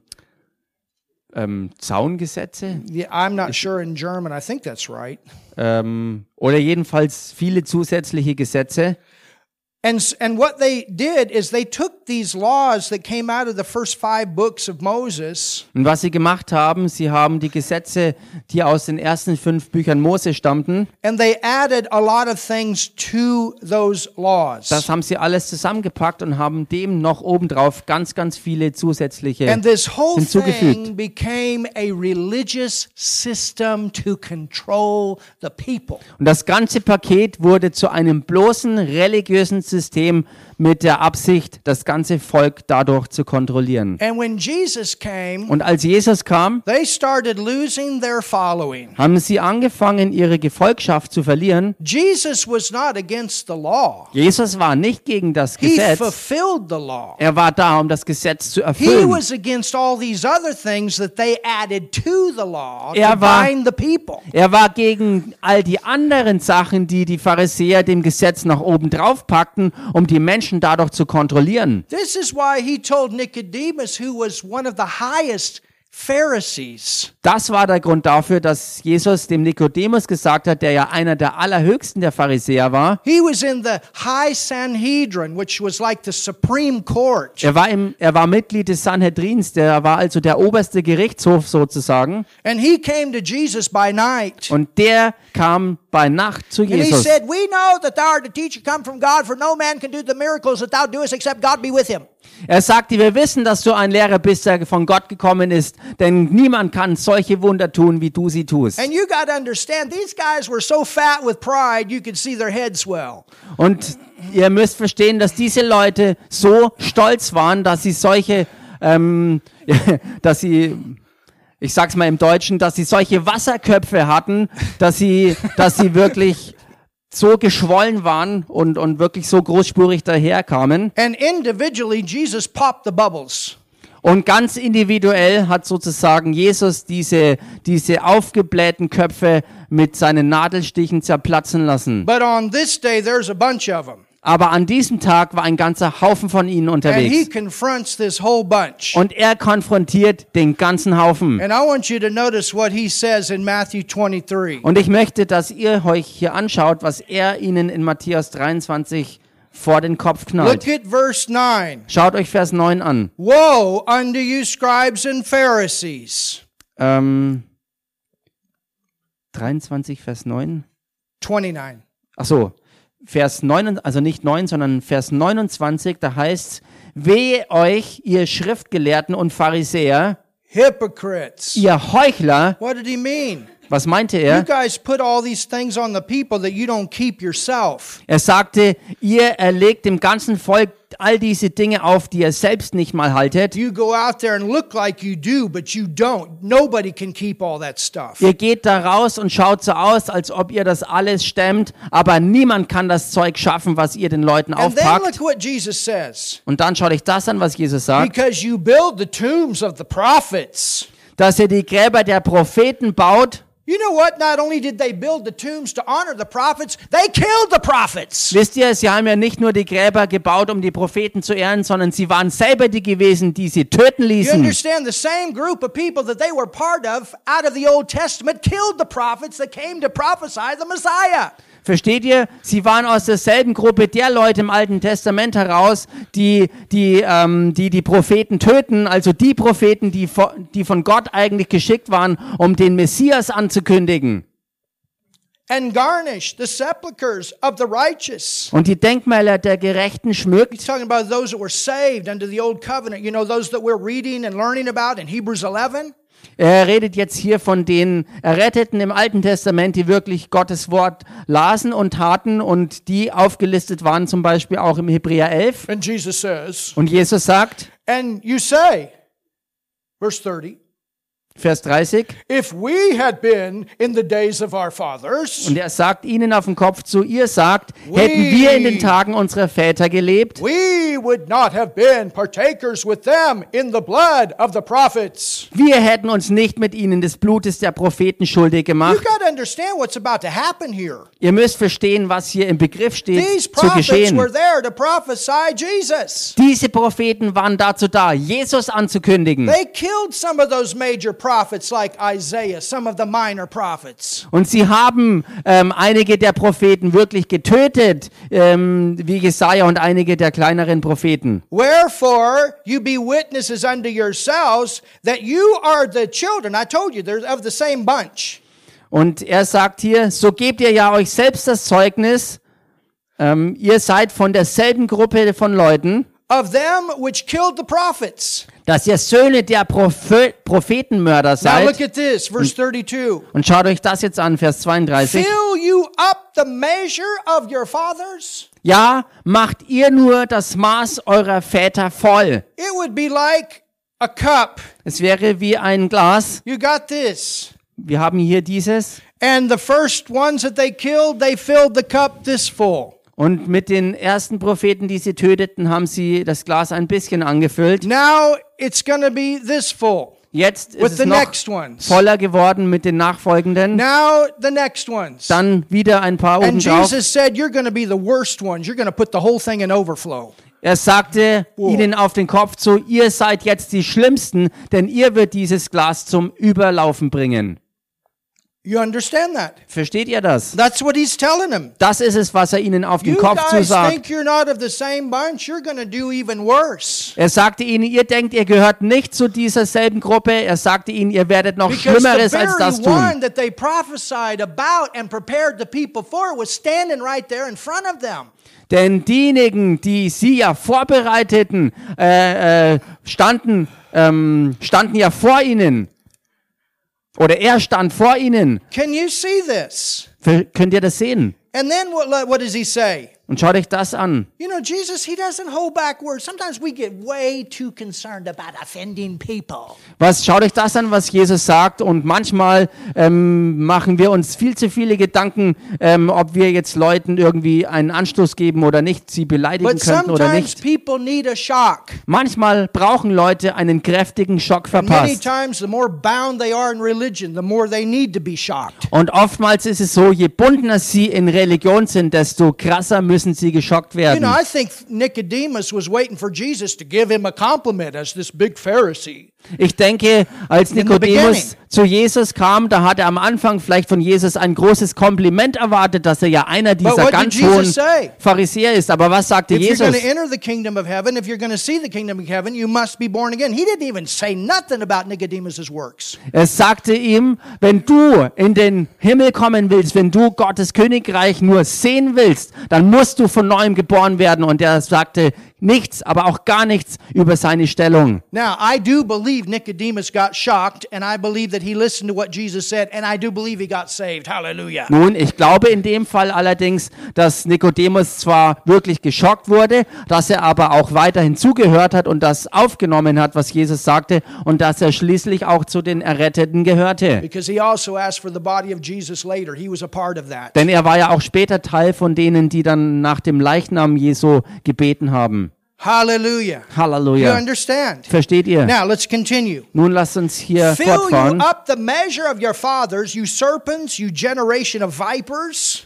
A: ähm, Zaungesetze
B: Yeah, I'm not sure in German. I think that's right.
A: ähm, oder jedenfalls viele zusätzliche Gesetze.
B: And, s- and what they did is they took these laws that came out of the first five books of Moses
A: Und was sie gemacht haben, sie haben die Gesetze, die aus den ersten fünf Büchern Mose stammten,
B: and they added a lot of things to those
A: das
B: laws.
A: haben sie alles zusammengepackt und haben dem noch obendrauf ganz, ganz viele zusätzliche.
B: And this whole
A: hinzugefügt.
B: thing became a religious system to control the people.
A: Und das ganze Paket wurde zu einem bloßen religiösen System mit der Absicht, das ganze Volk dadurch zu kontrollieren.
B: And when Jesus came,
A: Und als Jesus kam,
B: they started losing their following.
A: haben sie angefangen, ihre Gefolgschaft zu verlieren.
B: Jesus was not against the law,
A: Jesus war nicht gegen das
B: he
A: Gesetz.
B: fulfilled the law.
A: Er war da, um das Gesetz zu
B: He
A: erfüllen.
B: was against all these other things that they added to the law
A: Er
B: to
A: war-
B: bind the people.
A: Er war gegen all die anderen Sachen, die die Pharisäer dem Gesetz nach oben drauf packten, um die Menschen dadurch zu kontrollieren.
B: This is why he told Nicodemus, who was one of the highest Pharisees,
A: Das war der Grund dafür, dass Jesus dem Nikodemus gesagt hat, der ja einer der allerhöchsten der Pharisäer war.
B: he was in the high Sanhedrin, which was like the Supreme Court.
A: Er war, im, er war Mitglied des Sanhedrins, der war also der oberste Gerichtshof sozusagen.
B: And he came to Jesus by night.
A: Und der kam bei Nacht zu
B: And he
A: Oh, Jesus.
B: said, We know that thou art a teacher come from God, for no man can do the miracles that thou doest except God be with him.
A: Er sagte, wir wissen, dass du ein Lehrer bist, der von Gott gekommen ist, denn niemand kann solche Wunder tun, wie du sie tust.
B: And you got to understand, these guys were so fat with pride, you could see their heads swell.
A: Und ihr müsst verstehen, dass diese Leute so stolz waren, dass sie solche, ähm, dass sie, ich sag's mal im Deutschen, dass sie solche Wasserköpfe hatten, dass sie, dass sie wirklich so geschwollen waren und, und wirklich so großspurig daherkamen.
B: And individually, Jesus popped the bubbles.
A: Und ganz individuell hat sozusagen Jesus diese, diese aufgeblähten Köpfe mit seinen Nadelstichen zerplatzen lassen.
B: But on this day, there's a bunch of them.
A: Aber an diesem Tag war ein ganzer Haufen von ihnen
B: And he
A: unterwegs.
B: confronts this whole bunch.
A: Und er konfrontiert den ganzen Haufen.
B: And I want you to notice what he says in Matthew 23.
A: Und ich möchte, dass ihr euch hier anschaut, was er ihnen in Matthäus 23 vor den Kopf
B: Look
A: knallt.
B: at verse 9.
A: Schaut euch Vers 9 an.
B: Woe unto you, scribes and Pharisees.
A: Ähm, 23, Vers 9.
B: 29.
A: Ach so, Vers 9, also nicht 9, sondern Vers 29, da heißt Wehe euch, ihr Schriftgelehrten und Pharisäer,
B: Hypocrites.
A: ihr Heuchler.
B: What did he mean?
A: Was meinte
B: You
A: er?
B: guys put all these things on the people that you don't keep yourself.
A: Er sagte, ihr erlegt dem ganzen Volk all diese Dinge auf, die ihr selbst nicht mal haltet.
B: You go out there and look like you do, but you don't. Nobody can keep all that stuff.
A: Ihr geht da raus und schaut so aus, als ob ihr das alles stemmt, aber niemand kann das Zeug schaffen, was ihr den Leuten
B: And then look
A: aufpackt.
B: what Jesus says.
A: Und dann schaut euch das an, was Jesus sagt,
B: Because you build the tombs of the prophets.
A: dass ihr die Gräber der Propheten baut.
B: You know what? Not only did they build the tombs to honor the prophets, they killed the prophets.
A: Wisst ihr, sie haben ja nicht nur die Gräber gebaut, um die Propheten zu ehren, sondern sie waren selber die gewesen, die sie töten
B: You
A: ließen.
B: understand the same group of people that they were part of out of the Old Testament killed the prophets that came to prophesy the Messiah.
A: Versteht ihr? Sie waren aus derselben Gruppe der Leute im Alten Testament heraus, die die, ähm, die, die Propheten töten, also die Propheten, die, vo- die von Gott eigentlich geschickt waren, um den Messias anzukündigen.
B: And garnished the sepulchres of the righteous.
A: Und die Denkmäler der Gerechten schmückt.
B: He's talking about those that were saved under the Old Covenant. You know, those that we're reading and learning about in Hebrews 11.
A: Er redet jetzt hier von den Erretteten im Alten Testament, die wirklich Gottes Wort lasen und taten und die aufgelistet waren, zum Beispiel auch im Hebräer 11.
B: And Jesus says,
A: Und Jesus sagt,
B: And you say, verse 30,
A: Vers 30,
B: if we had been in the days of our fathers,
A: und er sagt ihnen auf den Kopf zu, ihr sagt, hätten wir in den Tagen unserer Väter gelebt,
B: we would not have been partakers with them in the blood of the prophets.
A: wir hätten uns nicht mit ihnen des Blutes der Propheten schuldig
B: You
A: gemacht.
B: got to understand what's about to happen here.
A: Ihr müsst verstehen, was hier im Begriff steht,
B: These
A: zu
B: prophets were
A: geschehen.
B: there to prophesy Jesus.
A: Diese Propheten waren dazu da, Jesus anzukündigen.
B: They killed some of those major prophets like Isaiah, some of the minor prophets.
A: Und sie haben ähm, einige der Propheten wirklich getötet, ähm, wie Jesaja und einige der kleineren Propheten.
B: Wherefore you be witnesses unto yourselves that you are the children. I told you, they're of the same bunch.
A: Und er sagt hier, so gebt ihr ja euch selbst das Zeugnis, ähm, ihr seid von derselben Gruppe von Leuten,
B: Of them which killed the prophets.
A: dass ihr Söhne der Prophe Prophetenmörder
B: Now look
A: seid.
B: at this, verse 32.
A: Und schaut euch das jetzt an, Vers 32.
B: Fill you up the measure of your fathers?
A: Ja, macht ihr nur das Maß eurer Väter voll.
B: It would be like a cup.
A: Es wäre wie ein Glas.
B: You got this.
A: Wir haben hier dieses.
B: And the first ones that they killed, they filled the cup this full.
A: Und mit den ersten Propheten, die sie töteten, haben sie das Glas ein bisschen angefüllt.
B: Now it's going to be this full
A: Jetzt ist
B: with
A: es
B: the
A: noch
B: next ones.
A: voller geworden mit den Nachfolgenden.
B: Now the next ones.
A: Dann wieder ein paar
B: And
A: obendrauf.
B: Jesus said, You're going to be the worst ones. You're going to put the whole thing in overflow.
A: Er sagte
B: Wow.
A: ihnen auf den Kopf zu, ihr seid jetzt die Schlimmsten, denn ihr wird dieses Glas zum Überlaufen bringen.
B: You understand that?
A: Versteht ihr das?
B: That's what he's telling them.
A: Das ist es, was er ihnen auf den
B: You
A: Kopf
B: guys
A: zusagt.
B: think you're not of the same bunch. You're going to do even worse.
A: Er sagte ihnen, ihr denkt, ihr gehört nicht zu dieser selben Gruppe. Er sagte ihnen, ihr werdet noch
B: Because the
A: Schlimmeres als
B: very
A: das tun.
B: one that they prophesied about and prepared the people for was standing right there in front of them.
A: Denn diejenigen, die sie ja vorbereiteten, äh, äh, standen, ähm, standen ja vor ihnen. Oder er stand vor ihnen.
B: Can you see this?
A: Ver- Könnt ihr das sehen?
B: And then what, what does he say?
A: Und schau dich das an.
B: You know, Jesus, he doesn't hold back words. Sometimes we get way too concerned about offending people.
A: Was, schau dich das an, was Jesus sagt. Und manchmal ähm, machen wir uns viel zu viele Gedanken, ähm, ob wir jetzt Leuten irgendwie einen Anstoß geben oder nicht, sie beleidigen
B: But
A: könnten oder
B: sometimes
A: nicht.
B: people need a shock.
A: Manchmal brauchen Leute einen kräftigen Schock
B: Many
A: verpasst.
B: times, the more bound they are in religion, the more they need to be shocked.
A: Und oftmals ist es so, je bundener sie in Religion sind, desto krasser müssen sie geschockt
B: You
A: werden.
B: know, I think Nicodemus was waiting for Jesus to give him a compliment as this big Pharisee.
A: Ich denke, als
B: the
A: Nikodemus
B: beginning.
A: zu Jesus kam, da hat er am Anfang vielleicht von Jesus ein großes Kompliment erwartet, dass er ja einer dieser
B: what did
A: ganz
B: Jesus
A: hohen
B: say?
A: Pharisäer ist. Aber was sagte
B: If you're
A: Jesus?
B: going to enter the kingdom of heaven, if you're going to see the kingdom of heaven, you must be born again. He didn't even say nothing about Nicodemus's works.
A: Er sagte ihm, wenn du in den Himmel kommen willst, wenn du Gottes Königreich nur sehen willst, dann musst du von neuem geboren werden. Und er sagte nichts, aber auch gar nichts über seine Stellung.
B: Now, I do believe Nicodemus got shocked, and I believe that he listened to what Jesus said, and I do believe he got saved. Hallelujah.
A: Nun, ich glaube in dem Fall allerdings, dass Nikodemus zwar wirklich geschockt wurde, dass er aber auch weiterhin zugehört hat und das aufgenommen hat, was Jesus sagte, und dass er schließlich auch zu den Erretteten gehörte.
B: Because he also asked for the body of Jesus later. He was a part of that.
A: Denn er war ja auch später Teil von denen, die dann nach dem Leichnam Jesu gebeten haben.
B: Hallelujah. You
A: Halleluja.
B: understand?
A: Versteht ihr?
B: Now, let's continue.
A: Nun lasst uns hier
B: Fill you
A: fortfahren.
B: up the measure of your fathers, you serpents, you generation of vipers.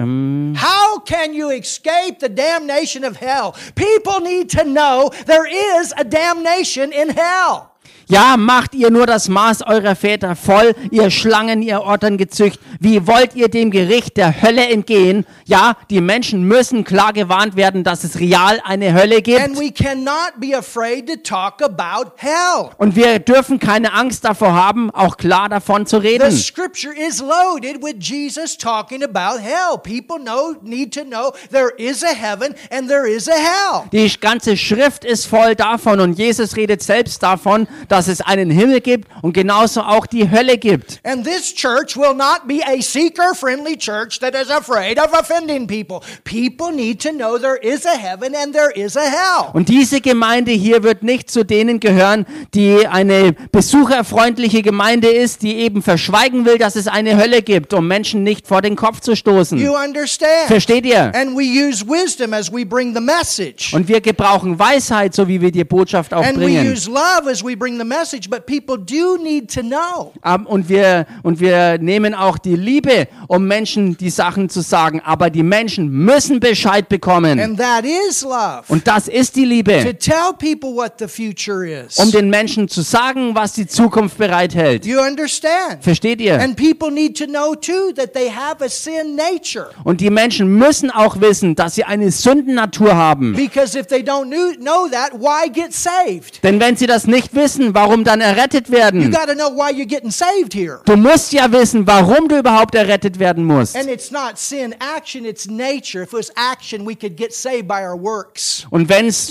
B: How can you escape the damnation of hell? People need to know there is a damnation in hell.
A: Ja, macht ihr nur das Maß eurer Väter voll, ihr Schlangen, ihr Otterngezücht. Wie wollt ihr dem Gericht der Hölle entgehen? Ja, die Menschen müssen klar gewarnt werden, dass es real eine Hölle
B: And
A: gibt.
B: we cannot be afraid to talk about hell.
A: Und wir dürfen keine Angst davor haben, auch klar davon zu
B: The
A: reden.
B: scripture is loaded with Jesus talking about hell. People know need to know there is a heaven and there is a hell.
A: Die ganze Schrift ist voll davon und Jesus redet selbst davon, dass es einen Himmel gibt und genauso auch die Hölle gibt.
B: And this church will not be a seeker friendly church that is afraid of offending people. People need to know there is a heaven and there is a hell.
A: Und diese Gemeinde hier wird nicht zu denen gehören, die eine besucherfreundliche Gemeinde ist, die eben verschweigen will, dass es eine Hölle gibt, um Menschen nicht vor den Kopf zu stoßen.
B: You understand?
A: Versteht ihr?
B: And we use wisdom as we bring the message.
A: Und wir gebrauchen Weisheit, so wie wir die Botschaft auch
B: And we
A: bringen.
B: use love as we bring the message, but people do need to know.
A: Ab- Und wir, und wir nehmen auch die Liebe, um Menschen die Sachen zu sagen. Aber die Menschen müssen Bescheid bekommen.
B: And that is love.
A: Und das ist die
B: To
A: Liebe,
B: tell people what the future is.
A: um den Menschen zu sagen, was die Zukunft bereithält.
B: You understand?
A: Versteht ihr?
B: And people need to know too that they have a sin nature.
A: Und die Menschen müssen auch wissen, dass sie eine Sündennatur haben.
B: Because if they don't knew- know that, why get saved?
A: Denn wenn sie das nicht wissen, warum dann errettet
B: You
A: werden?
B: got to know why you're getting saved here.
A: Du musst ja wissen, warum du überhaupt errettet werden musst.
B: And it's not sin action, it's nature. If it was action, we could get saved by our works.
A: Und wenn es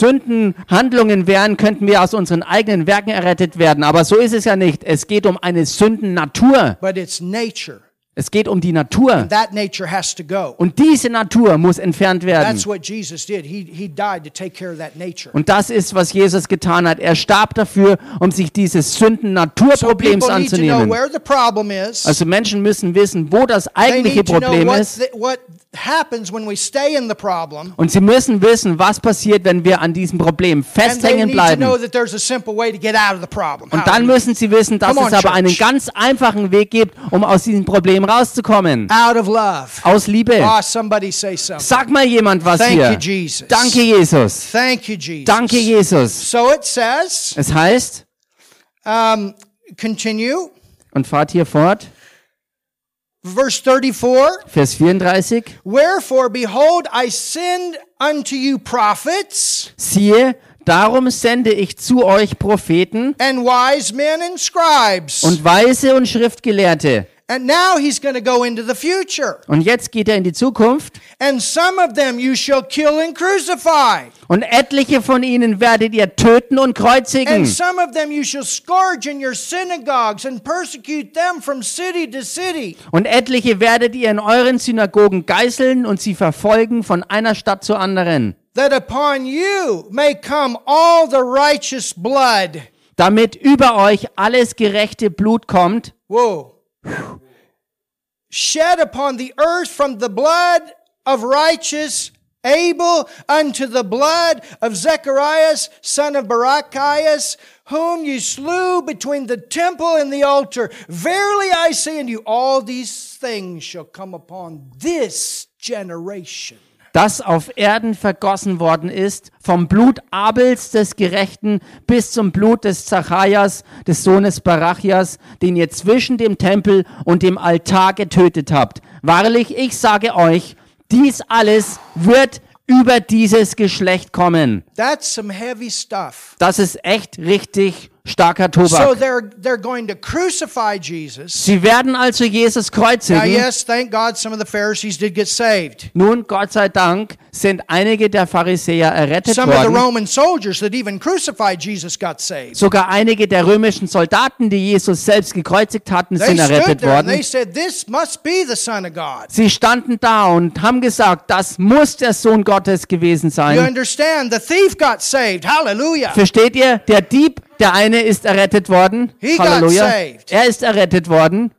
A: Sündenhandlungen wären, könnten wir aus unseren eigenen Werken errettet werden. Aber so ist es ja nicht. Es geht um eine Sündennatur.
B: But it's nature.
A: Es geht um die Natur.
B: That nature has to go.
A: Und diese Natur muss entfernt werden.
B: That's what Jesus did. He, he died to take care of that nature.
A: Und das ist, was Jesus getan hat. Er starb dafür, um sich dieses
B: So
A: Sündennaturproblems
B: people need to know
A: anzunehmen.
B: where the problem is.
A: Also Menschen müssen wissen, wo das
B: They
A: eigentliche
B: need to know
A: Problem
B: what,
A: ist.
B: th- what happens when we stay in the problem.
A: Und sie müssen wissen, was passiert, wenn wir an diesem Problem
B: And they
A: festhängen
B: need to
A: bleiben.
B: know
A: Und
B: that there's a simple way to get out of the problem.
A: dann müssen sie wissen, dass
B: Come on,
A: es aber einen
B: Church.
A: ganz einfachen Weg gibt, um aus diesem Problem rauszukommen.
B: out of love.
A: Aus Liebe.
B: Ah, somebody say something.
A: Sag mal jemand was
B: Thank you,
A: hier.
B: Jesus.
A: Danke, Jesus.
B: Thank you, Jesus.
A: Danke, Jesus.
B: So it says,
A: Es heißt,
B: um, continue,
A: und fahrt hier fort,
B: verse 34
A: Vers 34,
B: Wherefore, behold, I send unto you prophets
A: siehe, darum sende ich zu euch Propheten
B: and wise men and scribes,
A: und Weise und Schriftgelehrte.
B: And now he's going to go into the future.
A: Und jetzt geht er in die Zukunft
B: And some of them you shall kill and crucify.
A: und etliche von ihnen werdet ihr töten und
B: And
A: kreuzigen.
B: some of them you shall scourge in your synagogues and persecute them from city to city.
A: Und etliche werdet ihr in euren Synagogen geißeln und sie verfolgen von einer Stadt zur anderen,
B: that upon you may come all the righteous blood.
A: damit über euch alles gerechte Blut kommt,
B: Whoa. Shed upon the earth from the blood of righteous Abel unto the blood of Zecharias, son of Barachias, whom you slew between the temple and the altar. Verily I say unto you, all these things shall come upon this generation.
A: das auf Erden vergossen worden ist, vom Blut Abels des Gerechten bis zum Blut des Zacharias, des Sohnes Barachias, den ihr zwischen dem Tempel und dem Altar getötet habt. Wahrlich, ich sage euch, dies alles wird über dieses Geschlecht kommen.
B: That's some heavy stuff.
A: Das ist echt richtig starker
B: So
A: Tobak.
B: they're they're going to crucify Jesus.
A: Sie werden also Jesus
B: Now,
A: kreuzigen.
B: yes, thank God some of the Pharisees did get saved.
A: Nun, Gott sei Dank, sind einige der Pharisäer errettet
B: Some of the
A: worden.
B: Roman soldiers that even crucified Jesus got saved.
A: Sogar einige der römischen Soldaten, die Jesus selbst gekreuzigt hatten,
B: They
A: sind
B: stood
A: errettet
B: there and they
A: worden.
B: said, This must be the Son of God.
A: Sie standen da und haben gesagt, das muss der Sohn Gottes gewesen
B: You
A: sein.
B: understand? The thief got saved. Hallelujah.
A: Versteht ihr? Der Dieb, der eine ist errettet worden.
B: He got
A: Halleluja.
B: saved.
A: Er ist errettet worden.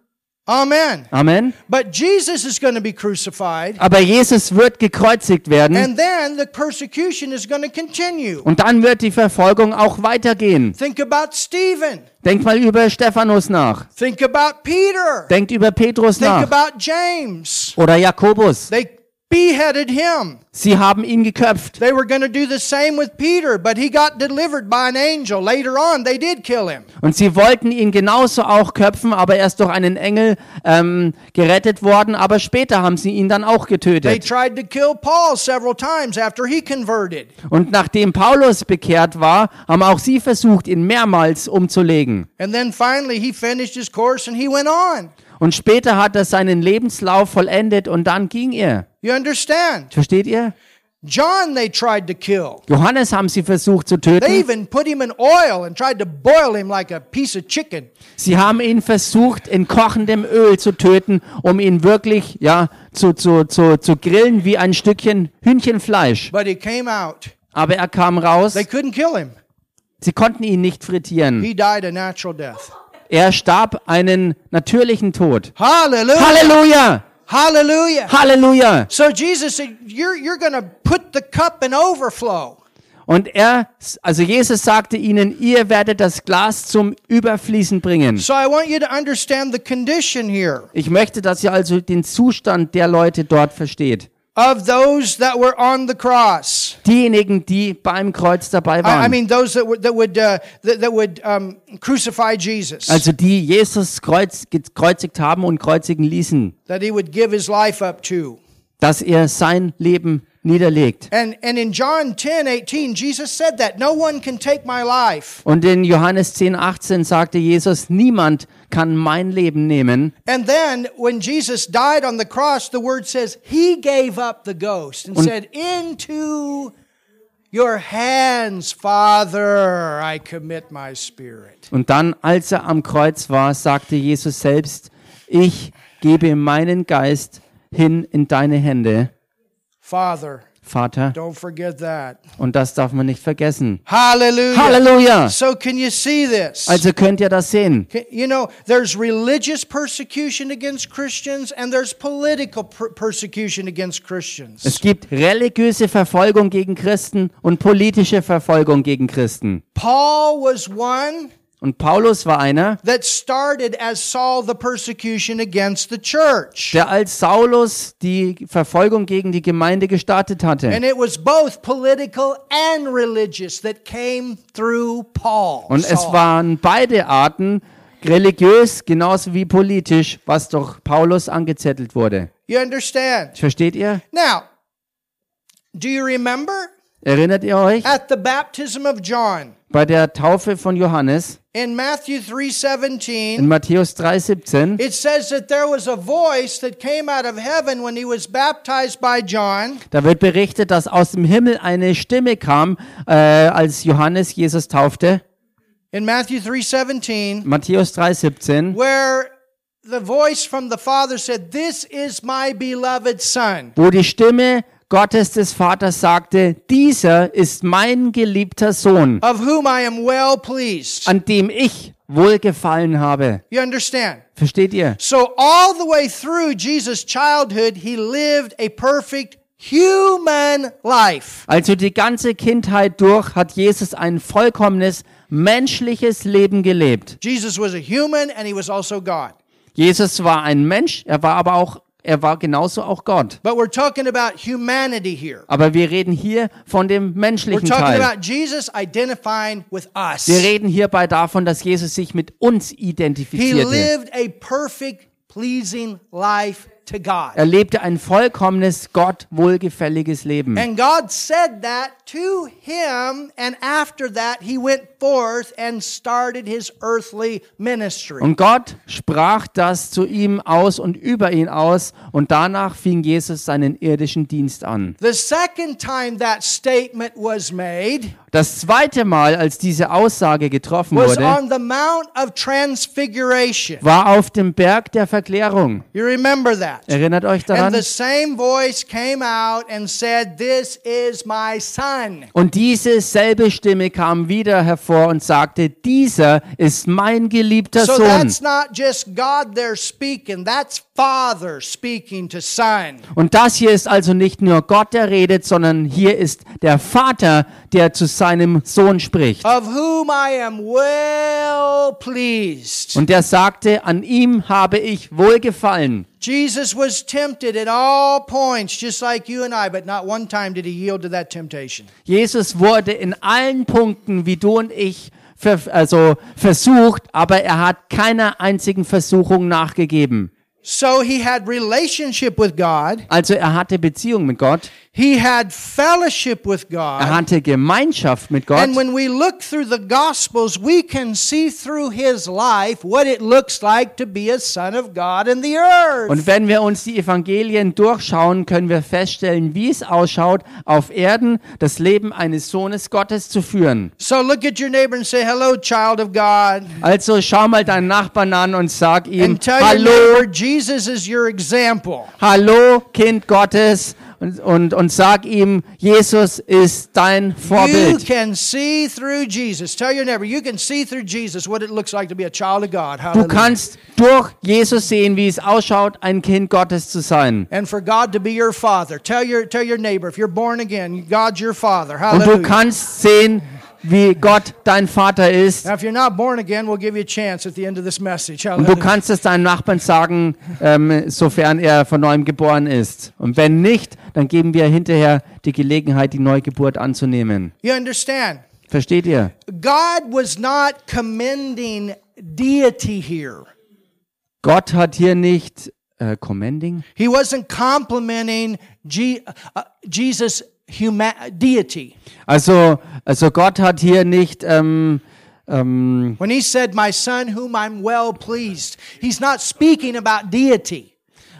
B: Amen.
A: Amen.
B: But Jesus is going to be crucified,
A: Aber Jesus wird gekreuzigt werden.
B: and then the persecution is going to continue.
A: Und dann wird die Verfolgung auch weitergehen.
B: Think about Stephen.
A: Denkt mal über Stephanus nach.
B: Think about Peter.
A: Denkt über Petrus
B: Think
A: nach.
B: about James.
A: Oder Jakobus.
B: They beheaded him.
A: Sie haben ihn geköpft.
B: They were going to do the same with Peter, but he got delivered by an angel. Later on, they did kill him.
A: Und sie wollten ihn genauso auch köpfen, aber er ist durch einen Engel ähm, gerettet worden. Aber später haben sie ihn dann auch
B: They
A: getötet.
B: tried to kill Paul several times after he converted.
A: Und nachdem Paulus bekehrt war, haben auch sie versucht, ihn mehrmals umzulegen.
B: And then finally, he finished his course and he went on.
A: Und später hat er seinen Lebenslauf vollendet und dann ging er.
B: You understand?
A: Versteht ihr?
B: John, they tried to kill.
A: Johannes haben sie versucht zu
B: They
A: töten.
B: even put him in oil and tried to boil him like a piece of chicken.
A: Sie haben ihn versucht, in kochendem Öl zu töten, um ihn wirklich ja, zu, zu, zu, zu grillen wie ein Stückchen Hühnchenfleisch.
B: But he came out.
A: Aber er kam raus.
B: They couldn't kill him.
A: Sie konnten ihn nicht frittieren.
B: He died a natural death.
A: Er starb einen natürlichen Tod.
B: Hallelujah.
A: Halleluja!
B: Hallelujah.
A: Halleluja!
B: So Jesus said, You're, you're going to put the cup in overflow.
A: Und er, also Jesus sagte ihnen, ihr werdet das Glas zum Überfließen bringen.
B: So I want you to understand the condition here
A: Ich möchte, dass ihr also den Zustand der Leute dort versteht.
B: of those that were on the cross.
A: Diejenigen, die beim Kreuz dabei
B: I, I
A: waren.
B: mean, those that would that would uh, that, that would um, crucify Jesus,
A: Also die Jesus kreuz, gekreuzigt haben und kreuzigen ließen,
B: that he would give his life up to.
A: dass er sein Leben niederlegt.
B: And and in John 10, 18, Jesus said that no one can take my life.
A: Und in Johannes 10, 18 sagte Jesus, niemand kann mein Leben nehmen.
B: And then when Jesus died on the cross, the word says he gave up the ghost and said, "Into your hands, Father, I commit my spirit."
A: Und dann, als er am Kreuz war, sagte Jesus selbst, ich gebe meinen Geist hin in deine Hände,
B: Father,
A: Vater.
B: don't forget that.
A: Und das darf man nicht vergessen.
B: Hallelujah.
A: Halleluja!
B: So can you see this?
A: Also könnt ihr das sehen.
B: Can- you know, there's religious persecution against Christians and there's political per- persecution against Christians.
A: Es gibt religiöse Verfolgung gegen Christen und politische Verfolgung gegen Christen.
B: Paul was one
A: Und Paulus war einer,
B: that started as Saul the persecution against the church.
A: der als Saulus die Verfolgung gegen die Gemeinde gestartet hatte.
B: And it was both political and religious that came through Paul.
A: Und es
B: Saul.
A: waren beide Arten, religiös genauso wie politisch, was durch Paulus angezettelt wurde.
B: you understand?
A: Versteht ihr?
B: Now, do you remember
A: Erinnert ihr euch?
B: at the baptism of John?
A: bei der Taufe von Johannes
B: In Matthew
A: in
B: 3:17,
A: Matthäus 3,17.
B: it says that there was a voice that came out of heaven when he was baptized by John,
A: Da wird berichtet, dass aus dem Himmel eine Stimme kam, äh, als Johannes Jesus taufte.
B: in Matthew 3:17,
A: Matthäus 3,17.
B: where the voice from the Father said, "This is my beloved son."
A: Wo die Stimme Gottes des Vaters sagte, dieser ist mein geliebter Sohn,
B: of whom I am well pleased.
A: an dem ich wohlgefallen habe.
B: You understand?
A: Versteht ihr?
B: So, all the way through Jesus' childhood, he lived a perfect human life.
A: Also die ganze Kindheit durch hat Jesus ein vollkommenes menschliches Leben gelebt.
B: Jesus was a human and he was also God.
A: Jesus war ein Mensch, er war aber auch, er war genauso auch Gott.
B: But we're talking about humanity here.
A: Aber wir reden hier von dem
B: We're
A: menschlichen
B: talking
A: Teil.
B: about Jesus identifying with us.
A: Wir reden hierbei davon, dass Jesus sich mit uns
B: He
A: identifizierte.
B: lived a perfect, pleasing life to God.
A: Er lebte ein vollkommenes, Gott wohlgefälliges Leben.
B: And God said that to him, and after that, he went forth and started his earthly ministry.
A: Und Gott sprach das zu ihm aus und über ihn aus und danach fing Jesus seinen irdischen Dienst an.
B: The second time that statement was made
A: Das zweite Mal, als diese Aussage getroffen
B: was
A: wurde,
B: on the Mount of Transfiguration.
A: war auf dem Berg der Verklärung.
B: You remember that?
A: Erinnert euch
B: And
A: daran?
B: the same voice came out and said, This is my son.
A: Und diese selbe Stimme kam wieder hervor und sagte, dieser ist mein geliebter
B: So
A: Sohn.
B: that's not just God there speaking, that's Father speaking to Son.
A: Und das hier ist also nicht nur Gott, der redet, sondern hier ist der Vater, der zu seinem Sohn spricht.
B: Of whom I am well pleased.
A: Und der sagte, an ihm habe ich wohlgefallen.
B: Jesus was tempted at all points, just like you and I, but not one time did he yield to that temptation.
A: Jesus wurde in allen Punkten wie du und ich ver also versucht, aber er hat keiner einzigen Versuchung nachgegeben.
B: So he had relationship with God.
A: Also er hatte Beziehung mit Gott,
B: He had fellowship with
A: er
B: God.
A: hatte Gemeinschaft mit Gott.
B: And when we look through the Gospels, we can see through his life what it looks like to be a son of God in the earth.
A: Und wenn wir uns die Evangelien durchschauen, können wir feststellen, wie es ausschaut, auf Erden das Leben eines Sohnes Gottes zu führen.
B: So look at your neighbor and say, Hello, child of God.
A: Also schau mal deinen Nachbarn an und sag ihm,
B: And tell your
A: hallo,
B: neighbor, Jesus is your example.
A: hallo Kind Gottes und, und, und sag ihm, Jesus ist dein
B: You
A: Vorbild.
B: can see through Jesus. Tell your neighbor, you can see through Jesus what it looks like to be a child of God.
A: Du
B: Hallelujah.
A: kannst durch Jesus sehen, wie es ausschaut, ein Kind Gottes zu sein.
B: And for God to be your father. Tell your, tell your neighbor, if you're born again, God's your father.
A: Und
B: Hallelujah.
A: du kannst sehen, wie Gott dein Vater ist.
B: Now, if you're not born again, we'll give you a chance at the end of this message.
A: Und du
B: Hallelujah.
A: kannst es deinem Nachbarn sagen, ähm, sofern er von neuem geboren ist. Und wenn nicht, dann geben wir hinterher die Gelegenheit, die Neugeburt anzunehmen.
B: You understand?
A: Versteht ihr?
B: God was not commending deity here.
A: Gott hat hier nicht äh, Commending.
B: He wasn't complimenting Je- uh, Jesus' huma- deity.
A: Also, also Gott hat hier nicht ähm, ähm,
B: When he said, My son, whom I'm well pleased, he's not speaking about deity.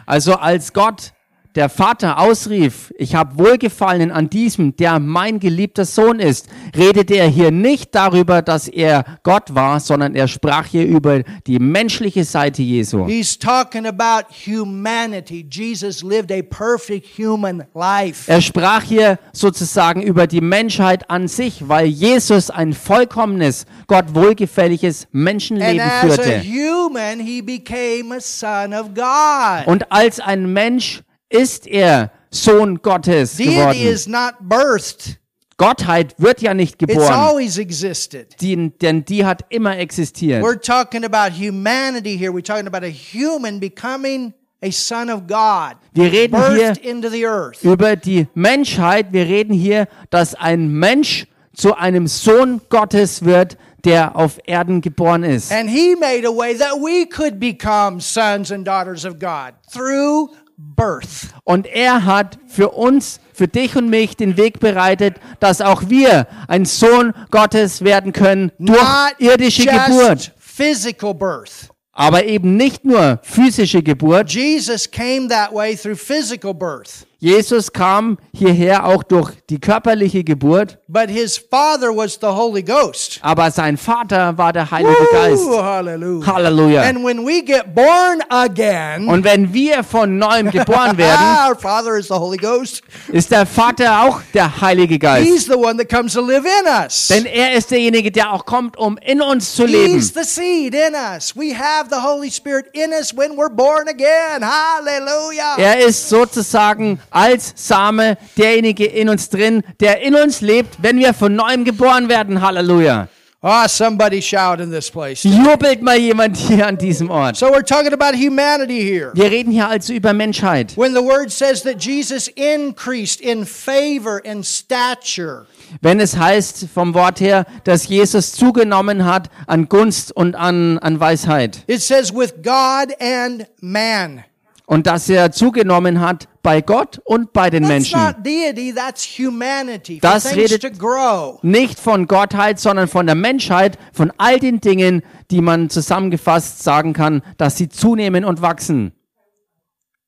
A: also als Gott der Vater ausrief, ich habe Wohlgefallen an diesem, der mein geliebter Sohn ist, redete er hier nicht darüber, dass er Gott war, sondern er sprach hier über die menschliche Seite Jesu.
B: He's talking about humanity. Jesus lived a perfect human life.
A: Er sprach hier sozusagen über die Menschheit an sich, weil Jesus ein vollkommenes, Gott wohlgefälliges
B: And
A: Menschenleben
B: as a
A: führte.
B: human, he became a son of God.
A: Und als ein Mensch ist er Sohn Gottes
B: Deity
A: geworden.
B: is not birthed.
A: Gottheit wird ja nicht
B: It's
A: geboren,
B: always existed.
A: die, denn die hat immer existiert.
B: We're talking about humanity here. We're talking about a human becoming a son of God,
A: Wir reden hier
B: birthed into the earth.
A: über die Menschheit, wir reden hier, dass ein Mensch zu einem Sohn Gottes wird, der auf Erden geboren ist.
B: And he made a way that we could become sons and daughters of God through birth.
A: Und er hat für uns, für dich und mich den Weg bereitet, dass auch wir ein Sohn Gottes werden können durch
B: Not
A: irdische
B: just
A: Geburt.
B: physical birth.
A: Aber eben nicht nur physische Geburt.
B: Jesus came that way through physical birth,
A: Jesus kam hierher auch durch die körperliche Geburt,
B: but his father was the Holy Ghost.
A: aber sein Vater war der Heilige
B: Ooh,
A: Geist.
B: hallelujah.
A: Halleluja.
B: And when we get born again,
A: Und wenn wir von neuem geboren werden,
B: our father is the Holy Ghost.
A: ist der Vater auch der Heilige Geist.
B: He's the one that comes to live in us.
A: Denn er ist derjenige, der auch kommt, um in uns zu leben.
B: He's the seed in us. We have the Holy Spirit in us when we're born again. Hallelujah.
A: Er ist sozusagen als Same derjenige in uns drin, der in uns lebt, wenn wir von neuem geboren werden. Halleluja.
B: Ah, somebody shout in this place.
A: Jubelt mal jemand hier an diesem Ort.
B: So we're talking about humanity here.
A: Wir reden hier also über Menschheit.
B: When the word says that Jesus increased in favor and stature,
A: Wenn es heißt vom Wort her, dass Jesus zugenommen hat an Gunst und an, an Weisheit
B: it says with God and man.
A: und dass er zugenommen hat bei Gott und bei den
B: That's
A: Menschen.
B: not deity, that's humanity. For
A: Das
B: things
A: redet-
B: to grow.
A: Nicht von Gottheit, sondern von der Menschheit, von all den Dingen, die man zusammengefasst sagen kann, dass sie zunehmen und wachsen.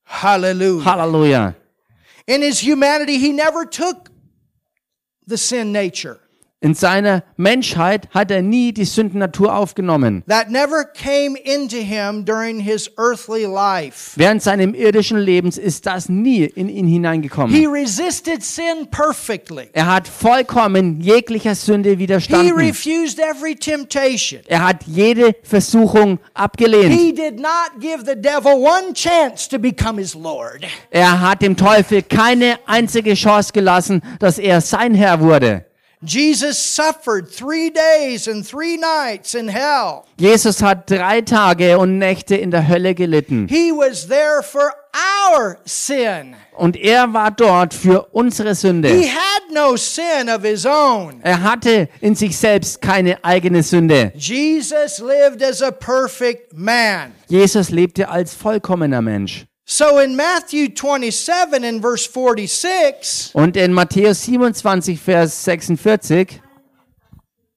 B: Hallelujah.
A: Halleluja.
B: in his humanity, he never took the sin nature.
A: In seiner Menschheit hat er nie die Sündennatur aufgenommen.
B: That never came into him during his earthly life.
A: Während seinem irdischen Lebens ist das nie in ihn hineingekommen.
B: He resisted sin perfectly.
A: Er hat vollkommen jeglicher Sünde
B: He
A: widerstanden.
B: refused every temptation.
A: Er hat jede Versuchung abgelehnt.
B: He did not give the devil one chance to become his Lord.
A: Er hat dem Teufel keine einzige Chance gelassen, dass er sein Herr wurde.
B: Jesus suffered three days and three nights in hell.
A: Jesus hat drei Tage und Nächte in der Hölle gelitten.
B: He was there for our sin.
A: Und er war dort für unsere
B: He
A: Sünde.
B: had no sin of his own.
A: Er hatte in sich selbst keine eigene Sünde.
B: Jesus lived as a perfect man.
A: Jesus lebte als vollkommener Mensch.
B: So in Matthew 27 and verse 46,
A: Und in Matthäus 27, Vers 46,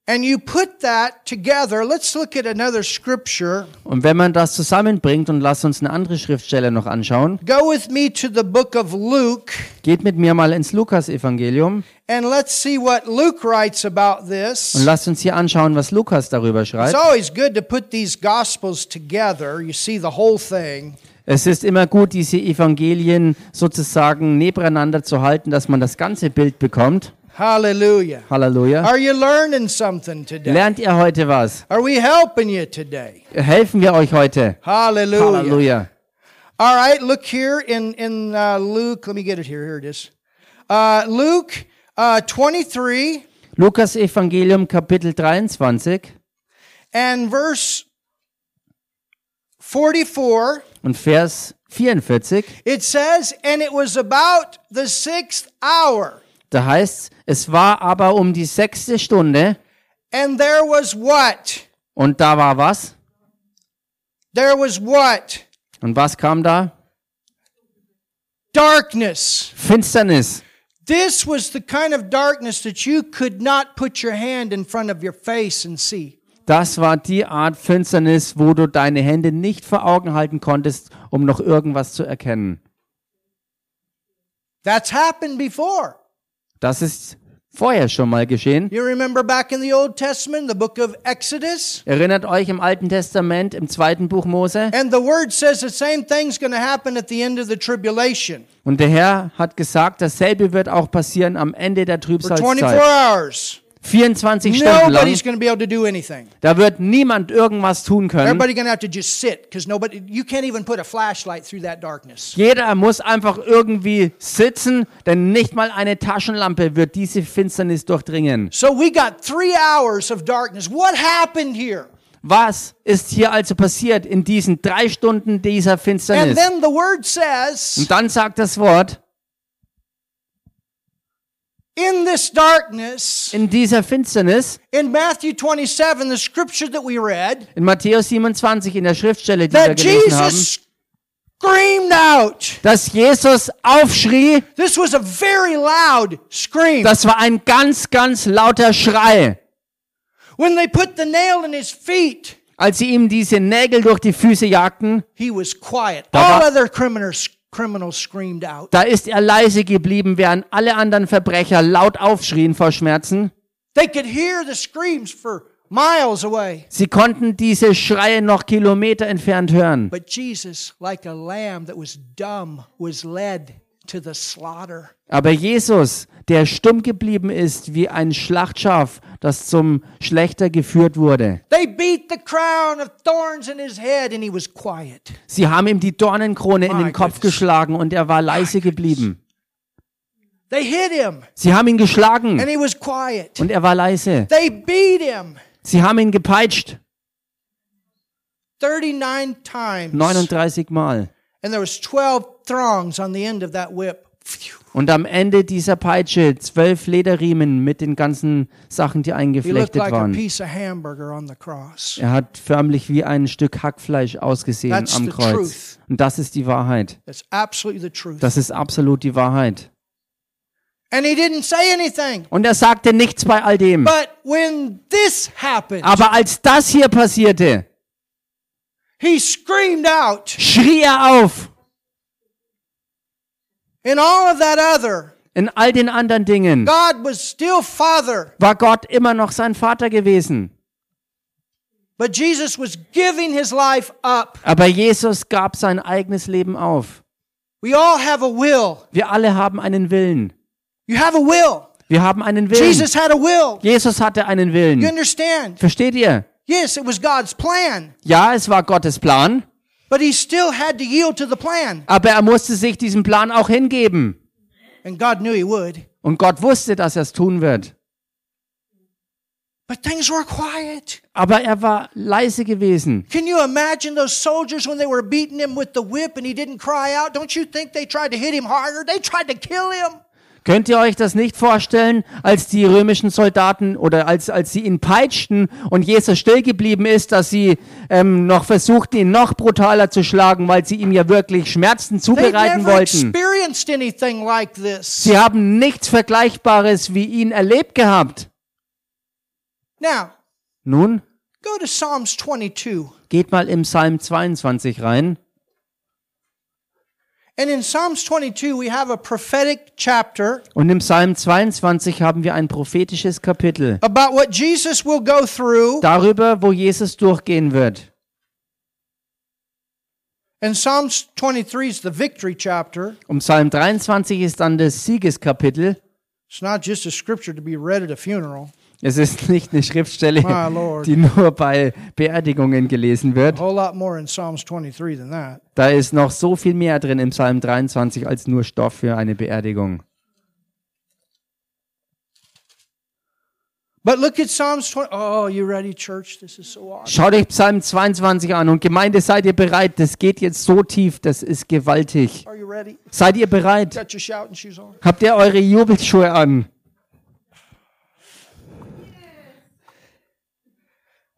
B: and you put that together, let's look at another scripture.
A: und wenn man das zusammenbringt und lasst uns eine andere Schriftstelle noch anschauen,
B: Go with me to the book of Luke
A: geht mit mir mal ins Lukas-Evangelium
B: and let's see what Luke writes about
A: und
B: this.
A: lasst uns hier anschauen, was Lukas darüber
B: It's
A: schreibt.
B: always good to put these gospels together. You see the whole thing.
A: Es ist immer gut, diese Evangelien sozusagen nebeneinander zu halten, dass man das ganze Bild bekommt.
B: Hallelujah.
A: Halleluja.
B: Are you learning something today?
A: Lernt ihr heute was?
B: Are we helping you today?
A: Helfen wir euch heute.
B: Hallelujah.
A: Halleluja.
B: All right, look here in in uh, Luke. Let me get it here. Here it is. Uh, Luke uh, 23
A: Lukas Evangelium Kapitel 23
B: and verse 44.
A: und Vers 44.
B: It says, "And it was about the sixth hour,
A: Da heißt es war aber um die sechste Stunde
B: and there was what?
A: und da war was?
B: There was what?
A: Und was kam da?
B: Darkness.
A: Finsternis.
B: This was the kind of darkness that you could not put your hand in front of your face and see."
A: Das war die Art Finsternis, wo du deine Hände nicht vor Augen halten konntest, um noch irgendwas zu erkennen.
B: That's happened before.
A: Das ist vorher schon mal geschehen.
B: You remember back in the Old Testament, the book of Exodus?
A: Erinnert euch im Alten Testament, im zweiten Buch Mose.
B: And the word says the same thing's going to happen at the end of the tribulation
A: Und der Herr hat gesagt, dasselbe wird auch passieren am Ende der
B: for 24
A: Trübsalzeit.
B: hours.
A: 24 Stunden lang.
B: Nobody's going to be able to do anything.
A: Da wird niemand irgendwas tun können.
B: Everybody's going to have to just sit because nobody, you can't even put a flashlight through that darkness.
A: Jeder muss einfach irgendwie sitzen, denn nicht mal eine Taschenlampe wird diese Finsternis durchdringen.
B: So we got three hours of darkness. What happened here?
A: Was ist hier also passiert in diesen drei Stunden dieser
B: And
A: Finsternis?
B: then the word
A: Und
B: says,
A: dann sagt das Wort,
B: in this darkness,
A: in dieser Finsternis,
B: in Matthew 27, the scripture that we read,
A: in Matthäus 27, in der Schriftstelle, die wir
B: that
A: gelesen haben,
B: Jesus screamed out.
A: dass Jesus aufschrie.
B: This was a very loud scream.
A: Das war ein ganz, ganz lauter Schrei.
B: When they put the nail in his feet,
A: Als sie ihm diese Nägel durch die Füße jagten,
B: he was quiet.
A: Da
B: All
A: war-
B: other criminals, criminals screamed out.
A: da ist er leise geblieben, während alle anderen Verbrecher laut aufschrien vor Schmerzen.
B: They could hear the screams for miles away.
A: Sie konnten diese Schreie noch Kilometer entfernt hören.
B: But Jesus, like a lamb that was dumb, was led to the slaughter.
A: Aber Jesus, der stumm geblieben ist wie ein Schlachtschaf, das zum Schlechter geführt wurde.
B: They beat the crown of thorns in his head and he was quiet.
A: Sie haben ihm die Dornenkrone in
B: My
A: den Kopf
B: goodness.
A: geschlagen und er war leise geblieben.
B: They hit him
A: Sie haben ihn geschlagen
B: and he was quiet.
A: und er war leise.
B: They beat him
A: Sie haben ihn gepeitscht
B: 39 times.
A: 39 Mal.
B: And there was 12 throngs on the end of that whip. Phew.
A: Und am Ende dieser Peitsche zwölf Lederriemen mit den ganzen Sachen, die
B: He looked
A: eingeflechtet
B: like a
A: waren.
B: piece of hamburger on the cross.
A: Er hat förmlich wie ein Stück Hackfleisch ausgesehen
B: That's
A: am
B: the
A: Kreuz. Und das ist die Wahrheit.
B: That's absolutely the truth.
A: Das ist absolut die Wahrheit.
B: and he didn't say anything.
A: Und er sagte nichts bei all dem.
B: But when this happened,
A: Aber als das hier passierte,
B: he screamed out.
A: schrie er auf.
B: And all of that other,
A: In all den anderen Dingen
B: God was still Father,
A: war Gott immer noch sein Vater gewesen.
B: but Jesus was giving his life up.
A: Aber Jesus gab sein eigenes Leben auf.
B: We all have a will.
A: Wir alle haben einen Willen.
B: You have a will.
A: Wir haben einen Willen.
B: Jesus had a will.
A: Jesus hatte einen
B: You
A: Willen.
B: understand?
A: Versteht ihr?
B: Yes, it was God's plan,
A: Ja, es war Gottes Plan,
B: but he still had to yield to the plan.
A: aber er musste sich diesem Plan auch hingeben.
B: And God knew he would.
A: Und Gott wusste, dass er es tun wird.
B: But things were quiet.
A: Aber er war leise gewesen.
B: Can you imagine those soldiers when they were beating him with the whip and he didn't cry out? Don't you think they tried to hit him harder? They tried to kill him.
A: Könnt ihr euch das nicht vorstellen, als die römischen Soldaten oder als, als sie ihn peitschten und Jesus still geblieben ist, dass sie ähm, noch versuchten, ihn noch brutaler zu schlagen, weil sie ihm ja wirklich Schmerzen
B: They
A: zubereiten
B: never
A: wollten.
B: experienced anything like this.
A: Sie haben nichts Vergleichbares wie ihn erlebt gehabt.
B: Now,
A: Nun,
B: go to Psalms 22.
A: geht mal im Psalm 22 rein.
B: And in Psalms 22, we have a prophetic chapter
A: Und im Psalm 22 haben wir ein prophetisches Kapitel
B: about what Jesus will go through.
A: darüber, wo Jesus durchgehen wird.
B: And Psalms 23 is the victory chapter.
A: Und Psalm 23 ist dann das Siegeskapitel.
B: It's not just a scripture to be read at a funeral.
A: Es ist nicht eine Schriftstelle,
B: My Lord.
A: die nur bei Beerdigungen gelesen
B: A
A: wird.
B: whole lot more in Psalms 23 than that.
A: Da ist noch so viel mehr drin im Psalm 23 als nur Stoff für eine Beerdigung.
B: But look at Psalms 20. Oh, you ready, church? This is so awesome.
A: Schaut euch Psalm 22 an und Gemeinde, seid ihr bereit? Das geht jetzt so tief, das ist gewaltig.
B: Are you ready?
A: Seid ihr bereit?
B: Got your shouting shoes on.
A: Habt ihr eure Jubelschuhe an?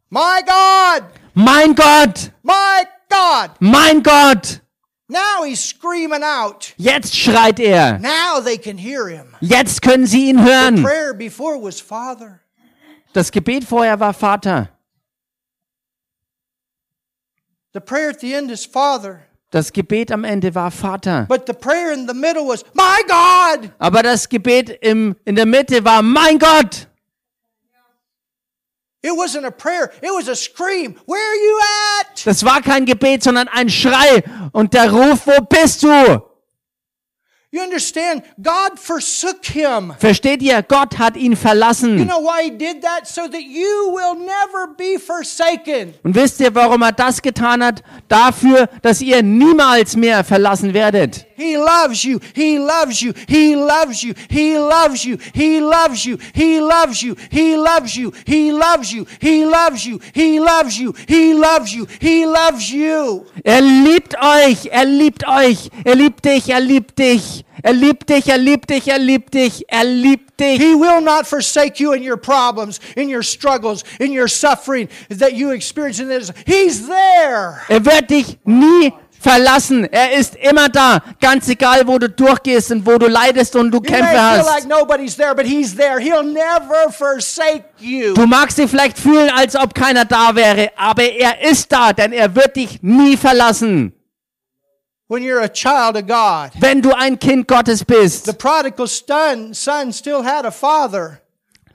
B: My God!
A: Mein Gott!
B: My God!
A: Mein Gott!
B: Now he's screaming out.
A: Jetzt schreit er!
B: Now they can hear him.
A: Jetzt können sie ihn hören!
B: Prayer before was Father.
A: Das Gebet vorher war Vater.
B: The prayer at the end is Father.
A: Das Gebet am Ende war Vater.
B: But the prayer in the middle was, My God!
A: Aber das Gebet im, in der Mitte war, mein Gott,
B: It wasn't a prayer, it was a scream. Where are you at?
A: das war kein Gebet, sondern ein Schrei und der Ruf, wo bist du?
B: You understand? God forsook him.
A: Versteht ihr? Gott hat ihn
B: You
A: verlassen.
B: know why he did that? So that you will never be forsaken.
A: Und wisst ihr, warum er das getan hat? Dafür, dass ihr niemals mehr verlassen werdet.
B: He loves you. He loves you. He loves you. He loves you. He loves you. He loves you. He loves you. He loves you. He loves you. He loves you. He loves you. He loves you.
A: Er liebt euch, er liebt euch, er liebt dich, er liebt dich, er liebt dich, er liebt dich, er liebt dich, er liebt dich.
B: He will not forsake you in your problems, in your struggles, in your suffering that you experience in this. He's there.
A: Er wird dich nie verlassen. Er ist immer da, ganz egal, wo du durchgehst und wo du leidest und du
B: You may
A: Kämpfe
B: feel like
A: hast.
B: nobody's there, but He's there. He'll never forsake you.
A: Du magst dich vielleicht fühlen, als ob keiner da wäre, aber er ist da, denn er wird dich nie verlassen.
B: When you're a child of God,
A: Wenn du ein Kind Gottes
B: the
A: bist,
B: prodigal son son still had a father.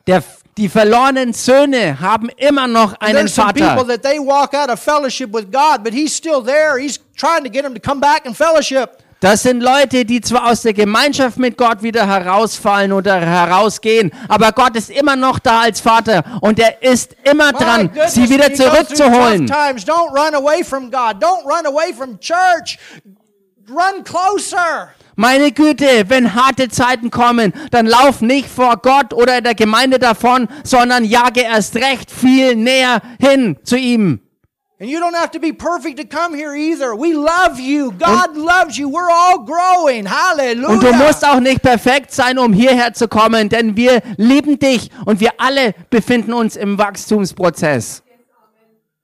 A: der, die verlorenen Söhne haben immer noch einen
B: There's some people
A: Vater.
B: that they walk out of fellowship with God, but He's still there. He's trying to get them to come back and fellowship.
A: Das sind Leute, die zwar aus der Gemeinschaft mit Gott wieder herausfallen oder herausgehen, aber Gott ist immer noch da als Vater und er ist immer
B: My
A: dran,
B: goodness,
A: sie
B: when
A: wieder
B: you go through tough
A: zurückzuholen.
B: times. Don't run away from God. Don't run away from church. Run closer.
A: Meine Güte, wenn harte Zeiten kommen, dann lauf nicht vor Gott oder in der Gemeinde davon, sondern jage erst recht viel näher hin zu ihm.
B: And you don't have to be perfect to come here either. We love you. God loves you. We're all growing. Hallelujah.
A: Und du musst auch nicht perfekt sein, um hierher zu kommen, denn wir lieben dich und wir alle befinden uns im Wachstumsprozess.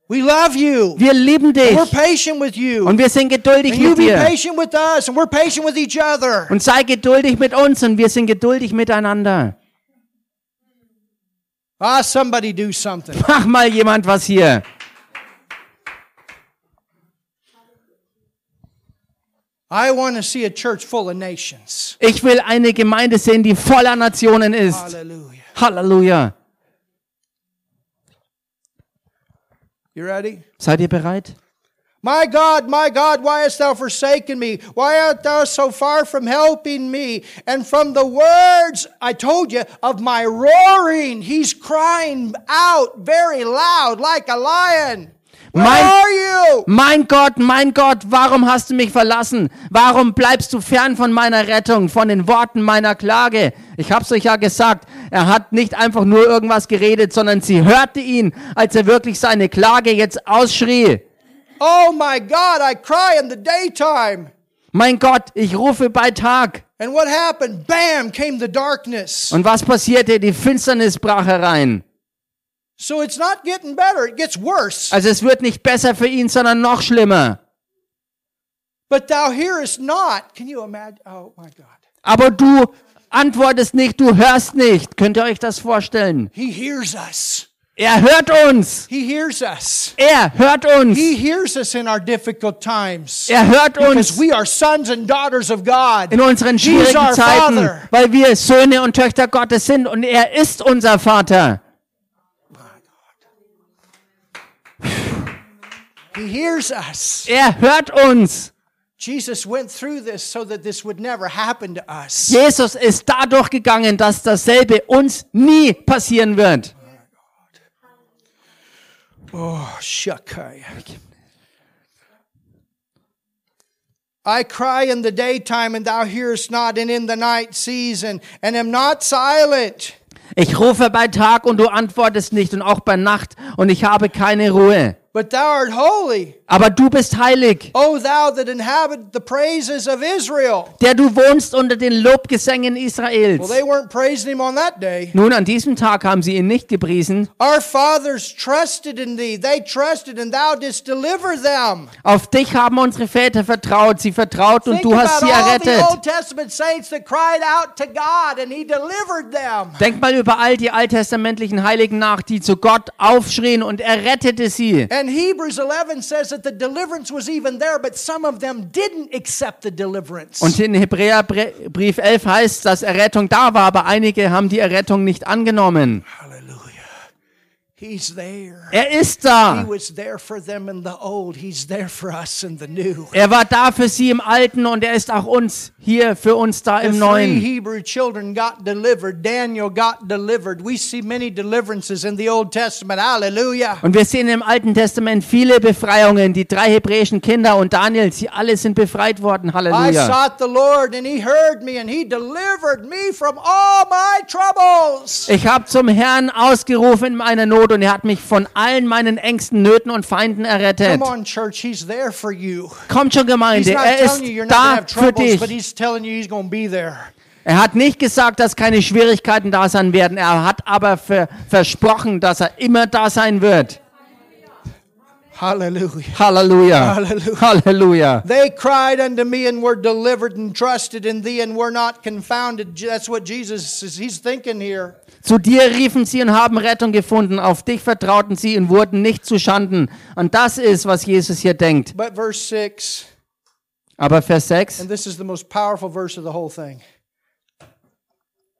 B: we love you.
A: Wir lieben dich.
B: We're patient with you.
A: Und wir sind geduldig
B: and you
A: mit
B: be
A: dir.
B: patient with us, and we're patient with each other.
A: Und sei geduldig mit uns und wir sind geduldig miteinander.
B: Ah, somebody do something.
A: Mach mal jemand was hier.
B: I want to see a church full of nations.
A: Ich will eine Gemeinde sehen, die voller Nationen ist.
B: Hallelujah.
A: Halleluja.
B: You ready?
A: Seid ihr bereit?
B: My God, my God, why hast thou forsaken me? Why art thou so far from helping me? And from the words I told you of my roaring, he's crying out very loud like a lion. Where
A: My-
B: are you?
A: Mein Gott, mein Gott, warum hast du mich verlassen? Warum bleibst du fern von meiner Rettung, von den Worten meiner Klage? Ich hab's euch ja gesagt, er hat nicht einfach nur irgendwas geredet, sondern sie hörte ihn, als er wirklich seine Klage jetzt ausschrie.
B: Oh my God, I cry in the daytime.
A: Mein Gott, ich rufe bei Tag.
B: And what happened? Bam, came the darkness.
A: Und was passierte? Die Finsternis brach herein.
B: So it's not getting better, it gets worse.
A: Also es wird nicht besser für ihn, sondern noch schlimmer.
B: But thou hearest not. Can you imagine? Oh my God.
A: Aber du antwortest nicht, du hörst nicht. Könnt ihr euch das vorstellen?
B: He hears us.
A: Er hört uns.
B: He hears us.
A: Er hört
B: He
A: uns.
B: hears us in our difficult times.
A: Er hört
B: Because
A: uns
B: we are sons and daughters of God.
A: in unseren
B: He's
A: schwierigen
B: our
A: Zeiten,
B: Father.
A: weil wir Söhne und Töchter Gottes sind und er ist unser Vater.
B: He hears us.
A: Er hört uns.
B: Jesus went through this so that this would never happen to us.
A: Jesus ist dadurch gegangen, dass dasselbe uns nie passieren wird.
B: Oh, shakaya. I cry in the daytime and thou hearest not, and in the night season, and am not silent.
A: Ich rufe bei Tag und du antwortest nicht und auch bei Nacht und ich habe keine Ruhe.
B: But thou art holy,
A: Aber du bist heilig,
B: O thou that inhabit the praises of Israel.
A: der du wohnst unter den Lobgesängen
B: Well,
A: Israels.
B: they weren't praising him on that day.
A: Nun, an diesem Tag haben sie ihn nicht gepriesen.
B: Our fathers trusted in thee. They trusted, and thou didst deliver them.
A: Auf dich haben unsere Väter vertraut. Sie vertraut und
B: Think
A: du hast
B: about
A: sie
B: all the Old
A: errettet.
B: Testament saints that cried out to God, and he delivered them.
A: Denk mal über all die alttestamentlichen Heiligen nach, die zu Gott aufschrien und er rettete sie.
B: And Hebrews 11 says that the deliverance was even there, but some of them didn't accept the deliverance.
A: Und in Hebräerbrief 11 heißt, dass Errettung da war, aber einige haben die Errettung nicht angenommen.
B: Hallelujah. He's there.
A: Er ist
B: He
A: da.
B: was there for them in the old. He's there for us in the new.
A: Er war da für sie im Alten und er ist auch uns hier für uns da
B: The
A: im
B: three
A: Neuen.
B: Hebrew children got delivered. Daniel got delivered. We see many deliverances in the Old Testament. Hallelujah.
A: Und wir sehen im Alten Testament viele Befreiungen. Die drei hebräischen Kinder und Daniel, sie alle sind befreit worden.
B: I
A: Halleluja.
B: sought the Lord and he heard me and he delivered me from all my troubles.
A: Ich habe zum Herrn ausgerufen in meiner Not und er hat mich von allen meinen Ängsten, Nöten und Feinden errettet.
B: Come on, church, he's there for you.
A: Kommt schon
B: He's
A: Gemeinde,
B: not
A: er ist
B: telling you you're not going to
A: da
B: have
A: für
B: troubles, but
A: dich.
B: he's telling you he's going to be there.
A: Er hat nicht gesagt, dass keine Schwierigkeiten da sein werden. Er hat aber ver versprochen, dass er immer da sein wird.
B: Hallelujah.
A: Halleluja.
B: Halleluja.
A: Halleluja.
B: They cried unto me and were delivered and trusted in thee and were not confounded. That's what Jesus is he's thinking here.
A: Zu dir riefen sie und haben Rettung gefunden. Auf dich vertrauten sie und wurden nicht zu Schanden. Und das ist, was Jesus hier denkt.
B: But verse 6,
A: Aber Vers 6,
B: and this is the most powerful verse of the whole thing.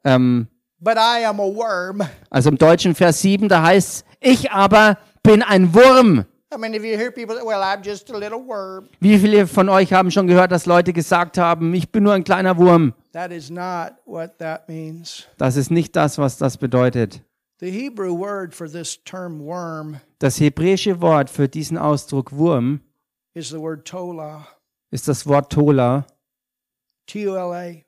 A: ähm,
B: But I am a worm.
A: also im deutschen Vers 7, da heißt ich aber bin ein Wurm.
B: I mean, if you hear people say, well, I'm just a little worm,
A: Wie viele von euch haben schon gehört, dass Leute gesagt haben, ich bin nur ein kleiner Wurm?
B: that is not what that means.
A: Das ist nicht das, was das bedeutet.
B: The Hebrew word for this term worm
A: Das hebräische Wort für diesen Ausdruck Wurm
B: is the word tola,
A: ist das Wort Tola,
B: T O L A.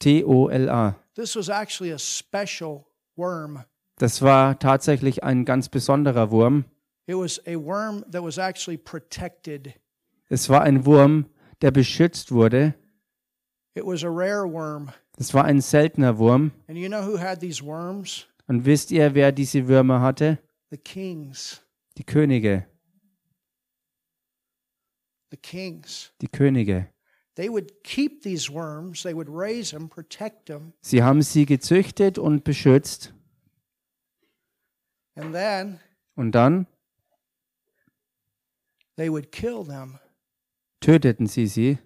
A: T-O-L-A.
B: This was actually a special worm.
A: Das war tatsächlich ein ganz besonderer Wurm.
B: It was a worm that was actually protected.
A: Es war ein Wurm, der beschützt wurde.
B: It was a rare worm.
A: Das war ein seltener Wurm.
B: And you know who had these worms?
A: Und wisst ihr, wer diese Würmer hatte?
B: The kings.
A: Die Könige.
B: The kings.
A: Die Könige.
B: They would keep these worms, they would raise them, protect them,
A: Sie haben sie gezüchtet und beschützt.
B: and then
A: Und dann
B: they would kill them.
A: töteten sie sie.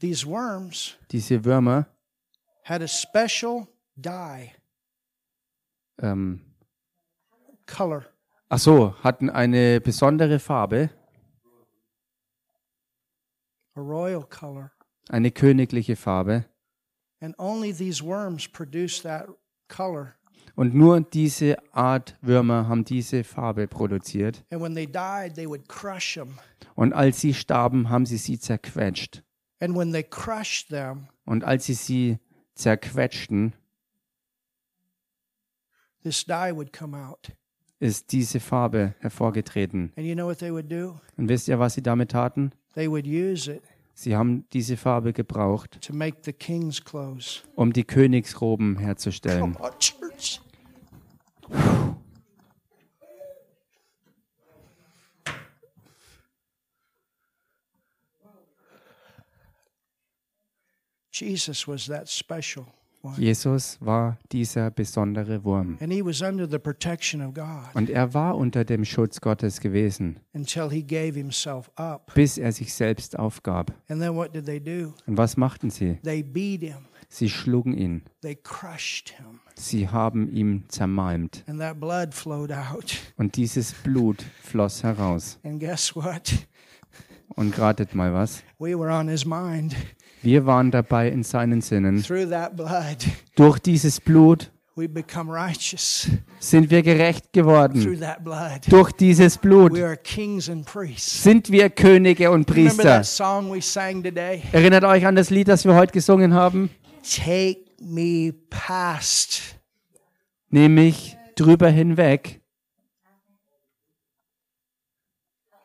B: These worms
A: Diese Würmer
B: had a special dye
A: ähm,
B: color.
A: ach so, hatten eine besondere Farbe,
B: a royal color.
A: eine königliche Farbe.
B: And only these worms produce that color.
A: Und nur diese Art Würmer haben diese Farbe produziert.
B: And when they died, they would crush them.
A: Und als sie starben, haben sie sie zerquetscht.
B: And when they crushed them,
A: Und als sie sie zerquetschten,
B: this dye would come out.
A: ist diese Farbe hervorgetreten.
B: And you know what they would do?
A: Und wisst ihr, was sie damit taten?
B: They would use it
A: Sie haben diese Farbe gebraucht,
B: to make the king's clothes.
A: um die Königsroben herzustellen.
B: Come on, church. Jesus was that special one.
A: Jesus war dieser besondere Wurm.
B: And he was under the protection of God
A: Und er war unter dem Schutz Gottes gewesen,
B: until he gave himself up.
A: bis er sich selbst aufgab.
B: And then what did they do?
A: Und was machten sie?
B: They beat him,
A: Sie schlugen ihn.
B: they crushed him,
A: Sie haben ihn zermalmt.
B: and that blood flowed out.
A: Und dieses Blut floss heraus.
B: And guess what?
A: Und ratet mal was.
B: We were on his mind.
A: Wir waren dabei in seinen Sinnen.
B: Through that blood,
A: Durch dieses Blut
B: we become righteous.
A: sind wir gerecht
B: Through
A: geworden.
B: that blood,
A: Durch dieses Blut
B: we are kings and priests.
A: sind wir Könige und
B: Remember
A: Priester.
B: that song we sang today?
A: Erinnert euch an das Lied, das wir heute gesungen haben?
B: Take me past.
A: Nämlich drüber hinweg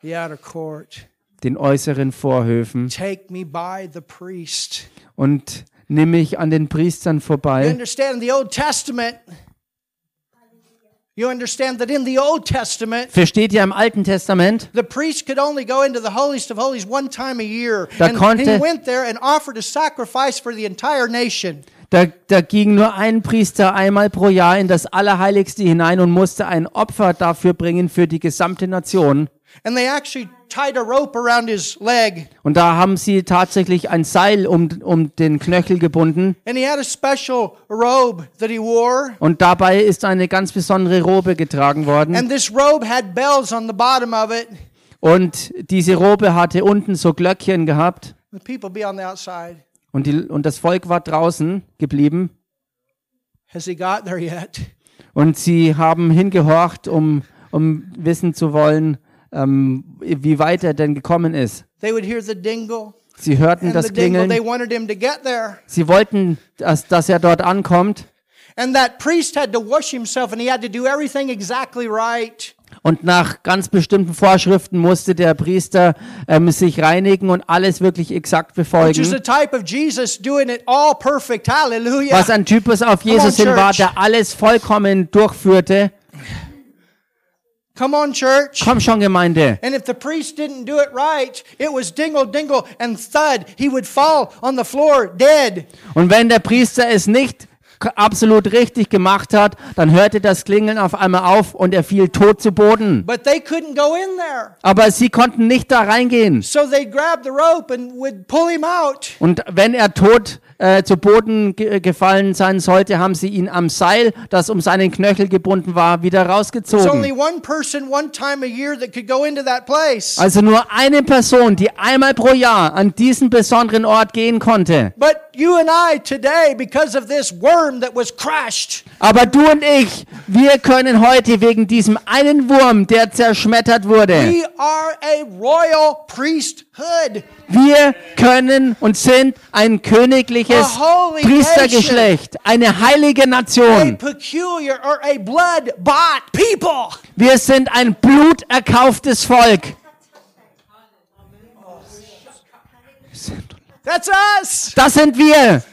B: The outer court.
A: den äußeren Vorhöfen
B: Take me by the priest.
A: und nimm mich an den Priestern
B: You
A: vorbei.
B: understand the Old Testament. You understand that in the Old Testament,
A: Versteht ihr im Alten Testament?
B: the priest could only go into the holiest of holies one time a year.
A: Da
B: and he
A: konnte-
B: went there and offered a sacrifice for the entire nation.
A: Da, da ging nur ein Priester einmal pro Jahr in das Allerheiligste hinein und musste ein Opfer dafür bringen für die gesamte Nation.
B: And they actually tied a rope around his leg.
A: Und da haben sie tatsächlich ein Seil um, um den Knöchel gebunden.
B: And he had a special robe that he wore.
A: Und dabei ist eine ganz besondere Robe getragen worden.
B: And this robe had bells on the bottom of it.
A: Und diese Robe hatte unten so Glöckchen gehabt.
B: The people be on the outside.
A: Und, die, und das Volk war draußen geblieben.
B: Has he got there yet?
A: Und sie haben hingehorcht, um, um wissen zu wollen, ähm, wie weit er denn gekommen ist.
B: They would hear the dingle
A: Sie hörten
B: and the
A: das
B: dingle. They
A: Klingeln.
B: wanted him to get there.
A: Sie wollten, dass, dass er dort ankommt.
B: And that priest had to wash himself and he had to do everything exactly right.
A: Und nach ganz bestimmten Vorschriften musste der Priester ähm, sich reinigen und alles wirklich exakt
B: Which is
A: befolgen.
B: the type of Jesus doing it all perfect. Hallelujah.
A: Was ein Typus auf Jesus hin war, der alles vollkommen durchführte.
B: Come on, church.
A: Komm schon, Gemeinde.
B: And if the priest didn't do it right, it was dingle, dingle, and thud. He would fall on the floor dead.
A: Und wenn der Priester es nicht k- absolut richtig gemacht hat, dann hörte das Klingeln auf einmal auf und er fiel tot zu Boden.
B: But they couldn't go in there.
A: Aber sie konnten nicht da reingehen.
B: So they'd grab the rope and would pull him out.
A: Und wenn er tot äh, zu Boden ge gefallen sein sollte, haben sie ihn am Seil, das um seinen Knöchel gebunden war, wieder
B: There's
A: rausgezogen.
B: only one person one time a year that could go into that place.
A: Also nur eine Person, die einmal pro Jahr an diesen besonderen Ort gehen konnte.
B: But you and I today, because of this worm that was crushed,
A: Aber du und ich, wir können heute wegen diesem einen Wurm, der zerschmettert wurde,
B: we are a royal priesthood,
A: wir können und sind ein königliches
B: A holy
A: Priestergeschlecht, eine heilige
B: a
A: Nation.
B: peculiar or a blood bought people.
A: Wir sind ein bluterkauftes Volk.
B: That's us.
A: Das sind wir.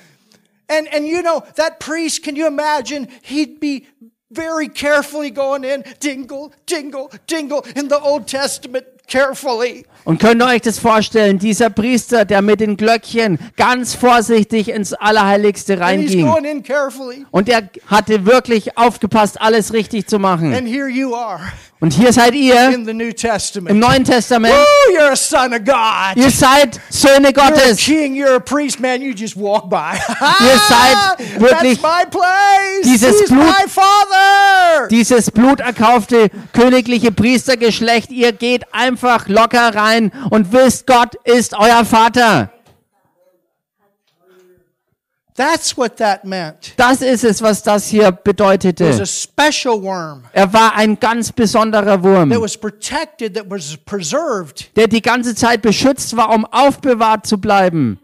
B: And and you know that priest, can you imagine? He'd be very carefully going in, dingle, dingle, dingle, in the Old Testament, carefully.
A: Und könnt ihr euch das vorstellen, dieser Priester, der mit den Glöckchen ganz vorsichtig ins Allerheiligste
B: And he's
A: reinging.
B: going in carefully.
A: Und er hatte wirklich aufgepasst, alles richtig zu machen.
B: And here you are
A: Und hier seid ihr
B: in the New
A: im
B: Testament.
A: Neuen Testament.
B: Oh, you're a son of God.
A: Ihr seid Söhne
B: You're a
A: Gottes.
B: king, you're a priest, man. You just walk by. Ah,
A: seid wirklich
B: That's my place.
A: dieses
B: He's
A: Blut-
B: my father.
A: Dieses bluterkaufte königliche Priestergeschlecht, ihr geht einfach locker rein und wisst, Gott ist euer Vater.
B: That's what that meant.
A: Das ist es, was das hier
B: It was
A: bedeutete.
B: a special worm
A: Er war ein ganz besonderer
B: that
A: Wurm,
B: was protected, that was preserved.
A: der die ganze Zeit beschützt war, um aufbewahrt zu bleiben.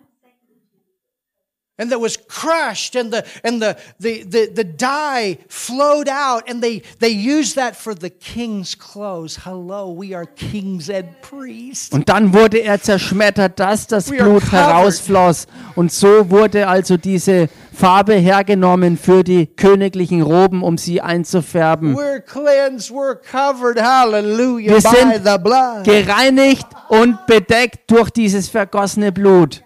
B: and that was crushed and the and the the the, the dye flowed out and they they used that for the king's clothes hello we are kings and priests
A: Und dann wurde er zerschmettert, dass das
B: We are
A: Blut
B: covered.
A: herausfloss. Und so wurde also diese Farbe hergenommen für die königlichen Roben, um sie einzufärben.
B: we're cleansed we're covered hallelujah
A: Wir
B: by
A: sind
B: the blood
A: gereinigt und bedeckt durch dieses vergossene Blut.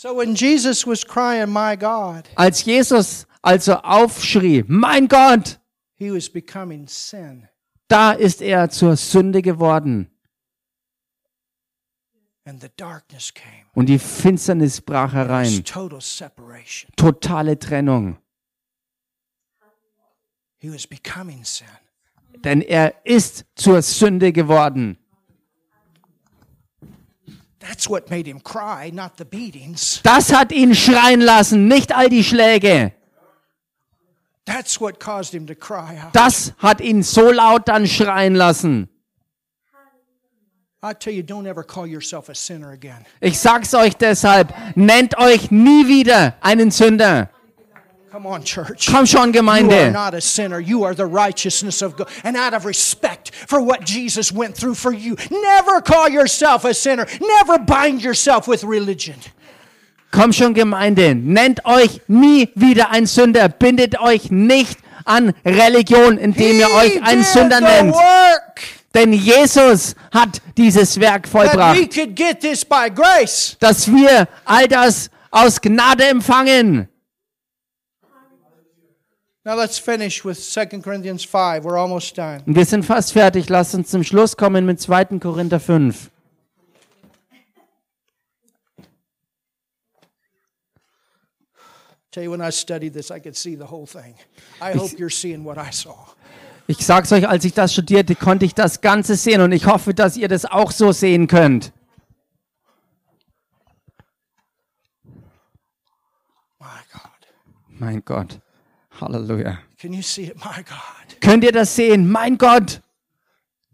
B: so when jesus was crying my god
A: Als Jesus also aufschrie, mein Gott,
B: he was becoming sin
A: da ist er zur Sünde geworden.
B: and the darkness came
A: Und die Finsternis brach
B: It was
A: herein.
B: total separation
A: Totale Trennung.
B: he was becoming sin
A: Denn er ist zur Sünde geworden.
B: that's what made him cry not the beatings
A: Das hat ihn schreien lassen, nicht all die Schläge.
B: that's what caused him to cry out
A: Das hat ihn so laut dann schreien lassen.
B: I tell you, don't ever call yourself a sinner again.
A: Ich sag's euch deshalb, nennt euch nie wieder einen Sünder.
B: Come on, church.
A: Komm schon,
B: You are
A: Gemeinde.
B: not a sinner. You are the righteousness of God. And out of respect for what Jesus went through for you, never call yourself a sinner. Never bind yourself with religion.
A: Komm schon, Gemeinde, nennt euch nie wieder ein Sünder. Bindet euch nicht an Religion, indem ihr euch einen Sünder
B: the
A: nennt.
B: work
A: Denn Jesus hat dieses Werk
B: that we
A: vollbracht,
B: could get this by grace.
A: dass wir all das aus Gnade empfangen.
B: Now let's finish with 2 Corinthians 5. We're almost done.
A: Und wir sind fast fertig. Lasst uns zum Schluss kommen mit 2. Korinther 5.
B: tell you, when I studied this, I could see the whole thing. I hope you're seeing what I saw.
A: Ich sag's euch, als ich das studierte, konnte ich das Ganze sehen und ich hoffe, dass ihr das auch so sehen könnt.
B: My God.
A: Mein Gott. Halleluja.
B: Can you see it? My God.
A: Könnt ihr das sehen? Mein Gott.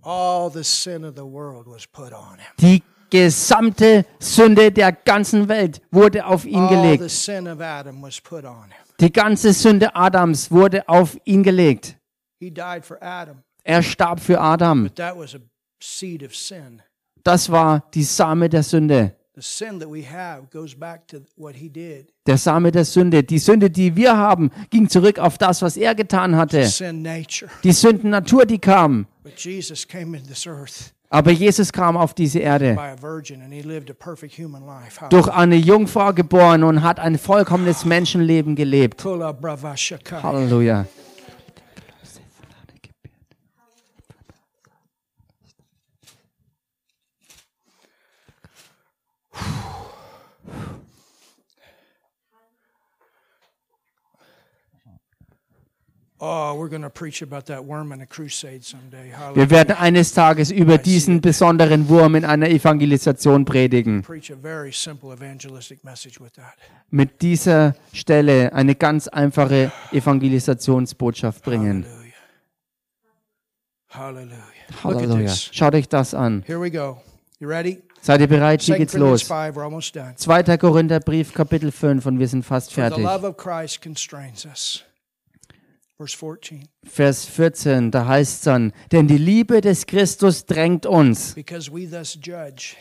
B: All the sin of the world was put on him.
A: Die gesamte Sünde der ganzen Welt wurde auf ihn
B: All the
A: gelegt.
B: sin of Adam was put on him.
A: Die ganze Sünde Adams wurde auf ihn gelegt.
B: He died for Adam.
A: Er starb für Adam.
B: That was a seed of sin.
A: Das war die Same der Sünde.
B: The sin that we have goes back to what he did.
A: Der Same der Sünde. Die Sünde, die wir haben, ging zurück auf das, was er getan hatte.
B: Sin nature.
A: Die Sündennatur, die kam.
B: But Jesus came into this earth
A: Aber Jesus kam auf diese Erde,
B: by a virgin and he lived a perfect human life.
A: durch eine Jungfrau geboren und hat ein vollkommenes Menschenleben gelebt.
B: Kula brava shaka.
A: Halleluja.
B: Oh, we're going to preach about that worm in a crusade someday. Hallelujah.
A: Wir werden eines Tages über diesen besonderen Wurm in einer Evangelisation predigen.
B: Preach a very simple evangelistic message with that.
A: Mit dieser Stelle eine ganz einfache Evangelisationsbotschaft bringen.
B: Hallelujah. Hallelujah. Look at
A: Halleluja.
B: this.
A: Schaut euch das an.
B: Here we go. You ready?
A: Seid ihr bereit? Hier
B: 2
A: geht's
B: Corinthians
A: los.
B: 5, we're almost done.
A: 2. Korintherbrief, Kapitel 5 und wir sind fast
B: For the
A: fertig.
B: love of Christ constrains us. Verse 14.
A: Vers 14, da heißt es dann, denn die Liebe des Christus drängt uns,
B: Because we thus judge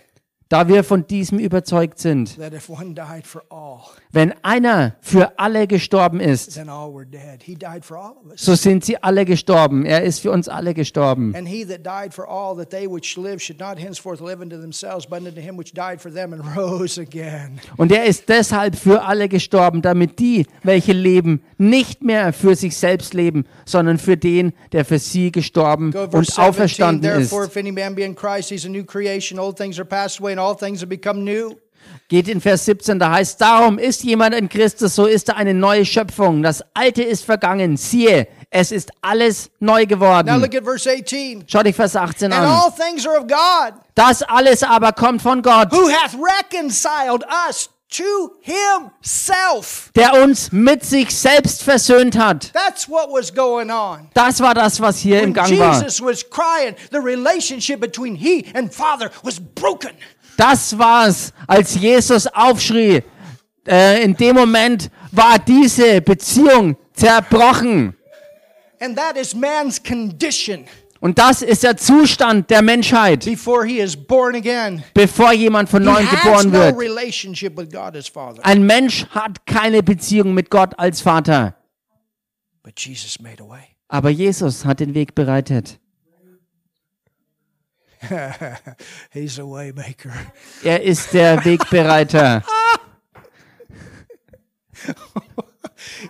A: da wir von diesem überzeugt sind.
B: that if one died for all,
A: Wenn einer für alle gestorben ist,
B: then all were dead. He died for all of us.
A: so sind sie alle gestorben. Er ist für uns alle gestorben.
B: And he that died for all, that they which live should not henceforth live unto themselves, but unto him which died for them and rose again.
A: Und er ist deshalb für alle gestorben, damit die, welche leben, nicht mehr für sich selbst leben, sondern für den, der für sie gestorben
B: Go verse
A: und
B: 17.
A: auferstanden ist.
B: Therefore, if any man be in Christ, he's a new creation. Old things are passed away, and all things have become new.
A: Geht in Vers 17, da heißt, darum ist jemand in Christus, so ist er eine neue Schöpfung. Das Alte ist vergangen. Siehe, es ist alles neu
B: Now
A: geworden.
B: look at verse 18.
A: Schau dich Vers 18
B: And
A: an.
B: all things are of God,
A: Das alles aber kommt von Gott,
B: who hath reconciled us to himself.
A: der uns mit sich selbst versöhnt hat.
B: That's what was going on.
A: Das war das, was hier im
B: When
A: Gang war.
B: Jesus was crying, the relationship between he and Father was broken.
A: Das war's, als Jesus aufschrie. Äh, in dem Moment war diese Beziehung zerbrochen.
B: And that is man's condition
A: Und das ist der Zustand der Menschheit,
B: before he is born again.
A: bevor jemand von
B: He
A: neuem
B: has
A: geboren
B: no
A: wird.
B: relationship with God as Father.
A: Ein Mensch hat keine Beziehung mit Gott als Vater,
B: But Jesus made a way.
A: aber Jesus hat den Weg bereitet.
B: He's a way maker.
A: Er ist der Wegbereiter.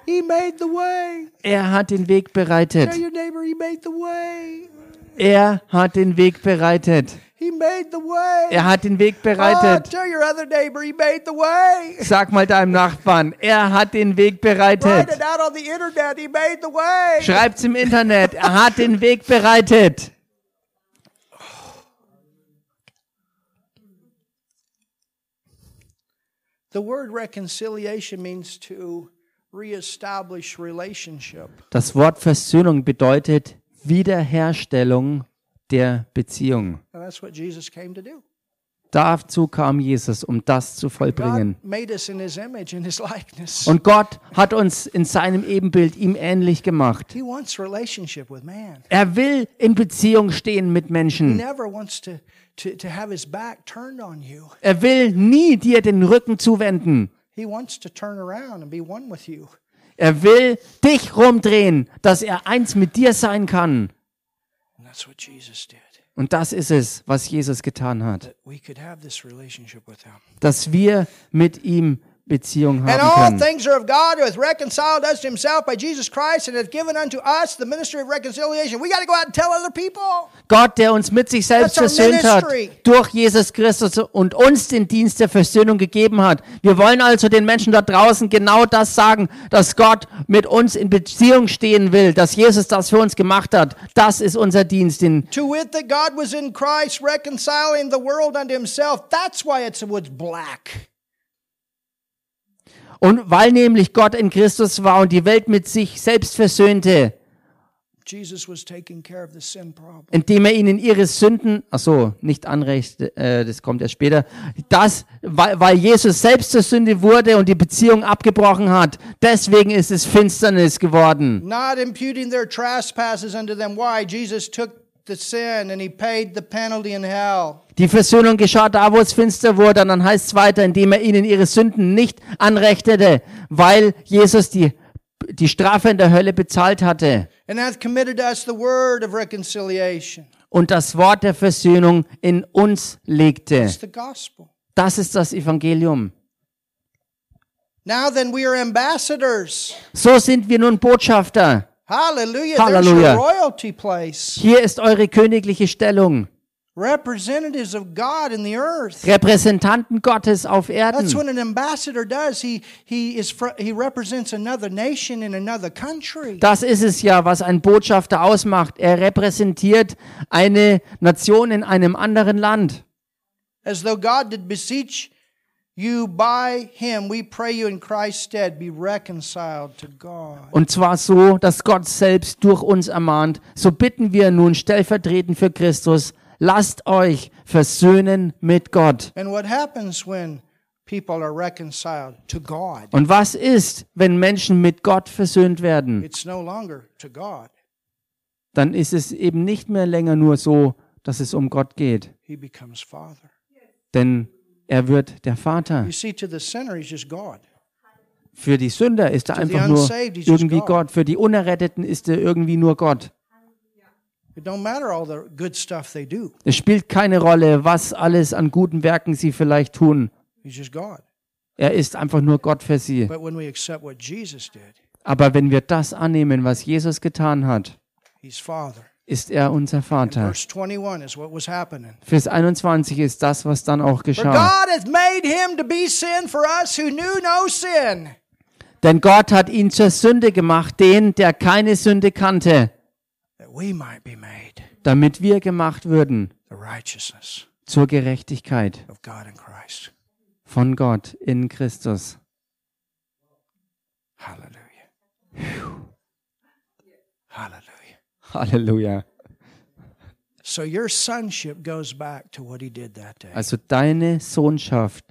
B: He made the way.
A: Er hat den Weg
B: Tell
A: bereitet.
B: your neighbor he made the way.
A: Er hat den Weg bereitet.
B: He made the way.
A: Er hat den Weg
B: Oh,
A: bereitet.
B: tell your other neighbor he made the way.
A: Sag mal deinem Nachbarn, er hat den Weg
B: Write
A: bereitet.
B: it out on the internet. He made the way.
A: Schreibt's im Internet, er hat den Weg bereitet.
B: The word reconciliation means to reestablish relationship.
A: Das Wort Versöhnung bedeutet Wiederherstellung der Beziehung.
B: And that's what Jesus came to do.
A: Dazu kam Jesus, um das zu vollbringen.
B: God made us in his image and his likeness.
A: Und Gott hat uns in seinem Ebenbild ihm ähnlich gemacht.
B: He wants relationship with man.
A: Er will in Beziehung stehen mit
B: He
A: Menschen.
B: never wants to, to, to have his back turned on you.
A: Er will nie dir den Rücken zuwenden.
B: He wants to turn around and be one with you.
A: Er will dich rumdrehen, dass er eins mit dir sein kann.
B: And that's what Jesus did.
A: Und das ist es, was Jesus getan hat,
B: That we could have this relationship with him.
A: dass wir mit ihm Beziehung
B: And all
A: haben können.
B: things are of God who hath reconciled us to himself by Jesus Christ and hath given unto us the ministry of reconciliation. We got to go out and tell other people.
A: Gott, der uns mit sich selbst
B: That's our
A: versöhnt hat,
B: ministry.
A: durch Jesus Christus und uns den Dienst der Versöhnung gegeben hat. Wir wollen also den Menschen da draußen genau das sagen, dass Gott mit uns in Beziehung stehen will, dass Jesus das für uns gemacht hat. Das ist unser Dienst. Den
B: To wit, that God was in Christ reconciling the world unto himself. That's why it's what's black.
A: Und weil nämlich Gott in Christus war und die Welt mit sich selbst versöhnte,
B: Jesus was taking care of the sin problem.
A: indem er ihnen ihre Sünden, ach so, nicht anrecht, äh, das kommt erst später, das, weil, weil Jesus selbst zur Sünde wurde und die Beziehung abgebrochen hat, deswegen ist es Finsternis geworden.
B: Not imputing their trespasses unto them. Why? Jesus took the sin and he paid the penalty in hell.
A: Die Versöhnung geschah da, wo es finster wurde, und dann heißt es weiter, indem er ihnen ihre Sünden nicht anrechtete, weil Jesus die, die Strafe in der Hölle bezahlt hatte.
B: And and hath committed to us the word of reconciliation.
A: und das Wort der Versöhnung in uns legte.
B: It's the gospel.
A: Das ist das Evangelium.
B: Now then, we are ambassadors.
A: So sind wir nun Botschafter.
B: Hallelujah. There's
A: Hallelujah.
B: your royalty place.
A: Hier ist eure königliche Stellung.
B: Representatives of God in the earth.
A: Repräsentanten Gottes auf
B: That's
A: Erden.
B: what an ambassador does. He, he, is fr- he represents another nation in another country.
A: Das ist es ja, was ein Botschafter ausmacht. Er repräsentiert eine Nation in einem anderen Land.
B: As though God did beseech you by him, we pray you in Christ's stead, be reconciled to God.
A: Und zwar so, dass Gott selbst durch uns ermahnt. So bitten wir nun stellvertretend für Christus, lasst euch versöhnen mit Gott.
B: And what happens when people are reconciled to God?
A: Und was ist, wenn Menschen mit Gott versöhnt werden?
B: It's no longer to God.
A: Dann ist es eben nicht mehr länger nur so, dass es um Gott geht.
B: He becomes Father.
A: Denn er wird der Vater.
B: You see, to the sinner, he's just God.
A: Für die Sünder ist er
B: the
A: einfach nur
B: unsaved, he's just
A: irgendwie
B: God.
A: Gott. Für die Unerretteten ist er irgendwie nur Gott.
B: It don't matter all the good stuff they do.
A: Es spielt keine Rolle, was alles an guten Werken sie vielleicht tun.
B: He's just God.
A: Er ist einfach nur Gott für sie.
B: But when we accept what Jesus did,
A: Aber wenn wir das annehmen, was Jesus getan hat,
B: he's Father.
A: ist er unser Vater.
B: Verse 21 is what was happening.
A: Vers 21 ist das, was dann auch
B: For
A: geschah.
B: God hath made him to be sin for us who knew no sin,
A: Denn Gott hat ihn zur Sünde gemacht, den, der keine Sünde kannte,
B: that we might be made
A: damit wir gemacht würden
B: the righteousness
A: zur Gerechtigkeit
B: of God in Christ.
A: von Gott in Christus.
B: Hallelujah. Phew. Hallelujah.
A: Halleluja.
B: So your sonship goes back to what he did that day.
A: Also deine Sohnschaft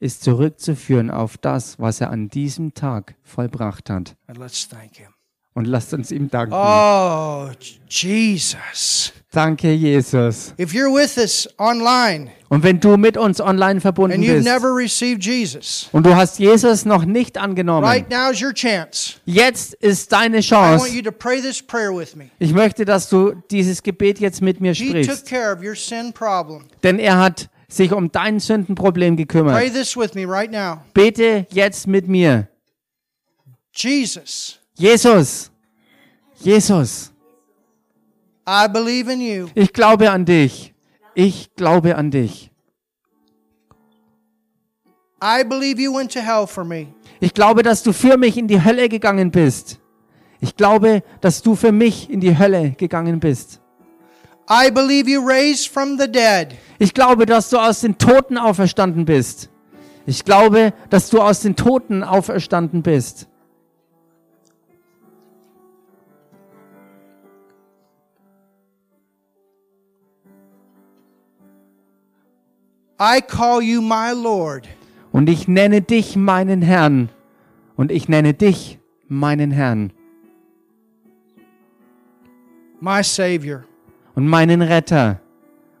A: ist zurückzuführen auf das, was er an diesem Tag vollbracht hat.
B: And let's thank him.
A: Und lasst uns ihm danken.
B: Oh, J- Jesus.
A: Danke, Jesus.
B: If you're with us online
A: Und wenn du mit uns online verbunden
B: and you've
A: bist
B: never received Jesus,
A: und du hast Jesus noch nicht angenommen,
B: right now's your chance.
A: jetzt ist deine
B: I want
A: Chance.
B: you to pray this prayer with me.
A: Ich möchte, dass du dieses Gebet jetzt mit mir
B: He took
A: sprichst.
B: care of your sin problem.
A: denn er hat sich um dein Sündenproblem
B: Pray
A: gekümmert.
B: this with me right now.
A: Bete jetzt mit mir.
B: Jesus,
A: Jesus, Jesus,
B: I believe in you.
A: ich glaube an dich. Ich glaube an dich.
B: I believe you went to hell for me.
A: Ich glaube, dass du für mich in die Hölle gegangen bist. Ich glaube, dass du für mich in die Hölle gegangen bist.
B: I believe you raised from the dead.
A: Ich glaube, dass du aus den Toten auferstanden bist. Ich glaube, dass du aus den Toten auferstanden bist.
B: I call you my Lord.
A: Und ich nenne dich meinen Herrn. Und ich nenne dich meinen Herrn
B: my Savior.
A: und meinen Retter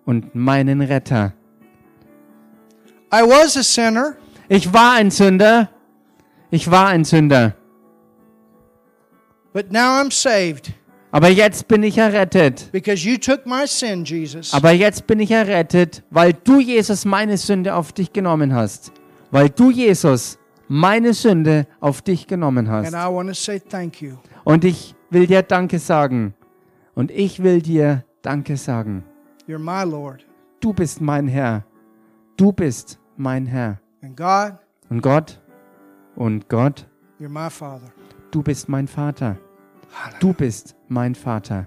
A: und meinen Retter.
B: I was a sinner,
A: Ich war ein Sünder. Ich war ein Sünder.
B: but now I'm saved
A: Aber jetzt bin ich errettet.
B: because you took my sin, Jesus.
A: Aber jetzt bin ich errettet, weil du, Jesus, meine Sünde auf dich genommen hast. Weil du, Jesus, meine Sünde auf dich genommen hast.
B: And I want to say thank you.
A: Und ich will dir Danke sagen. Und ich will dir Danke sagen.
B: You're my Lord.
A: Du bist mein Herr. Du bist mein Herr.
B: And God,
A: Und Gott, und Gott,
B: you're my Father.
A: du bist mein Vater.
B: Hallelujah.
A: Du bist mein Vater.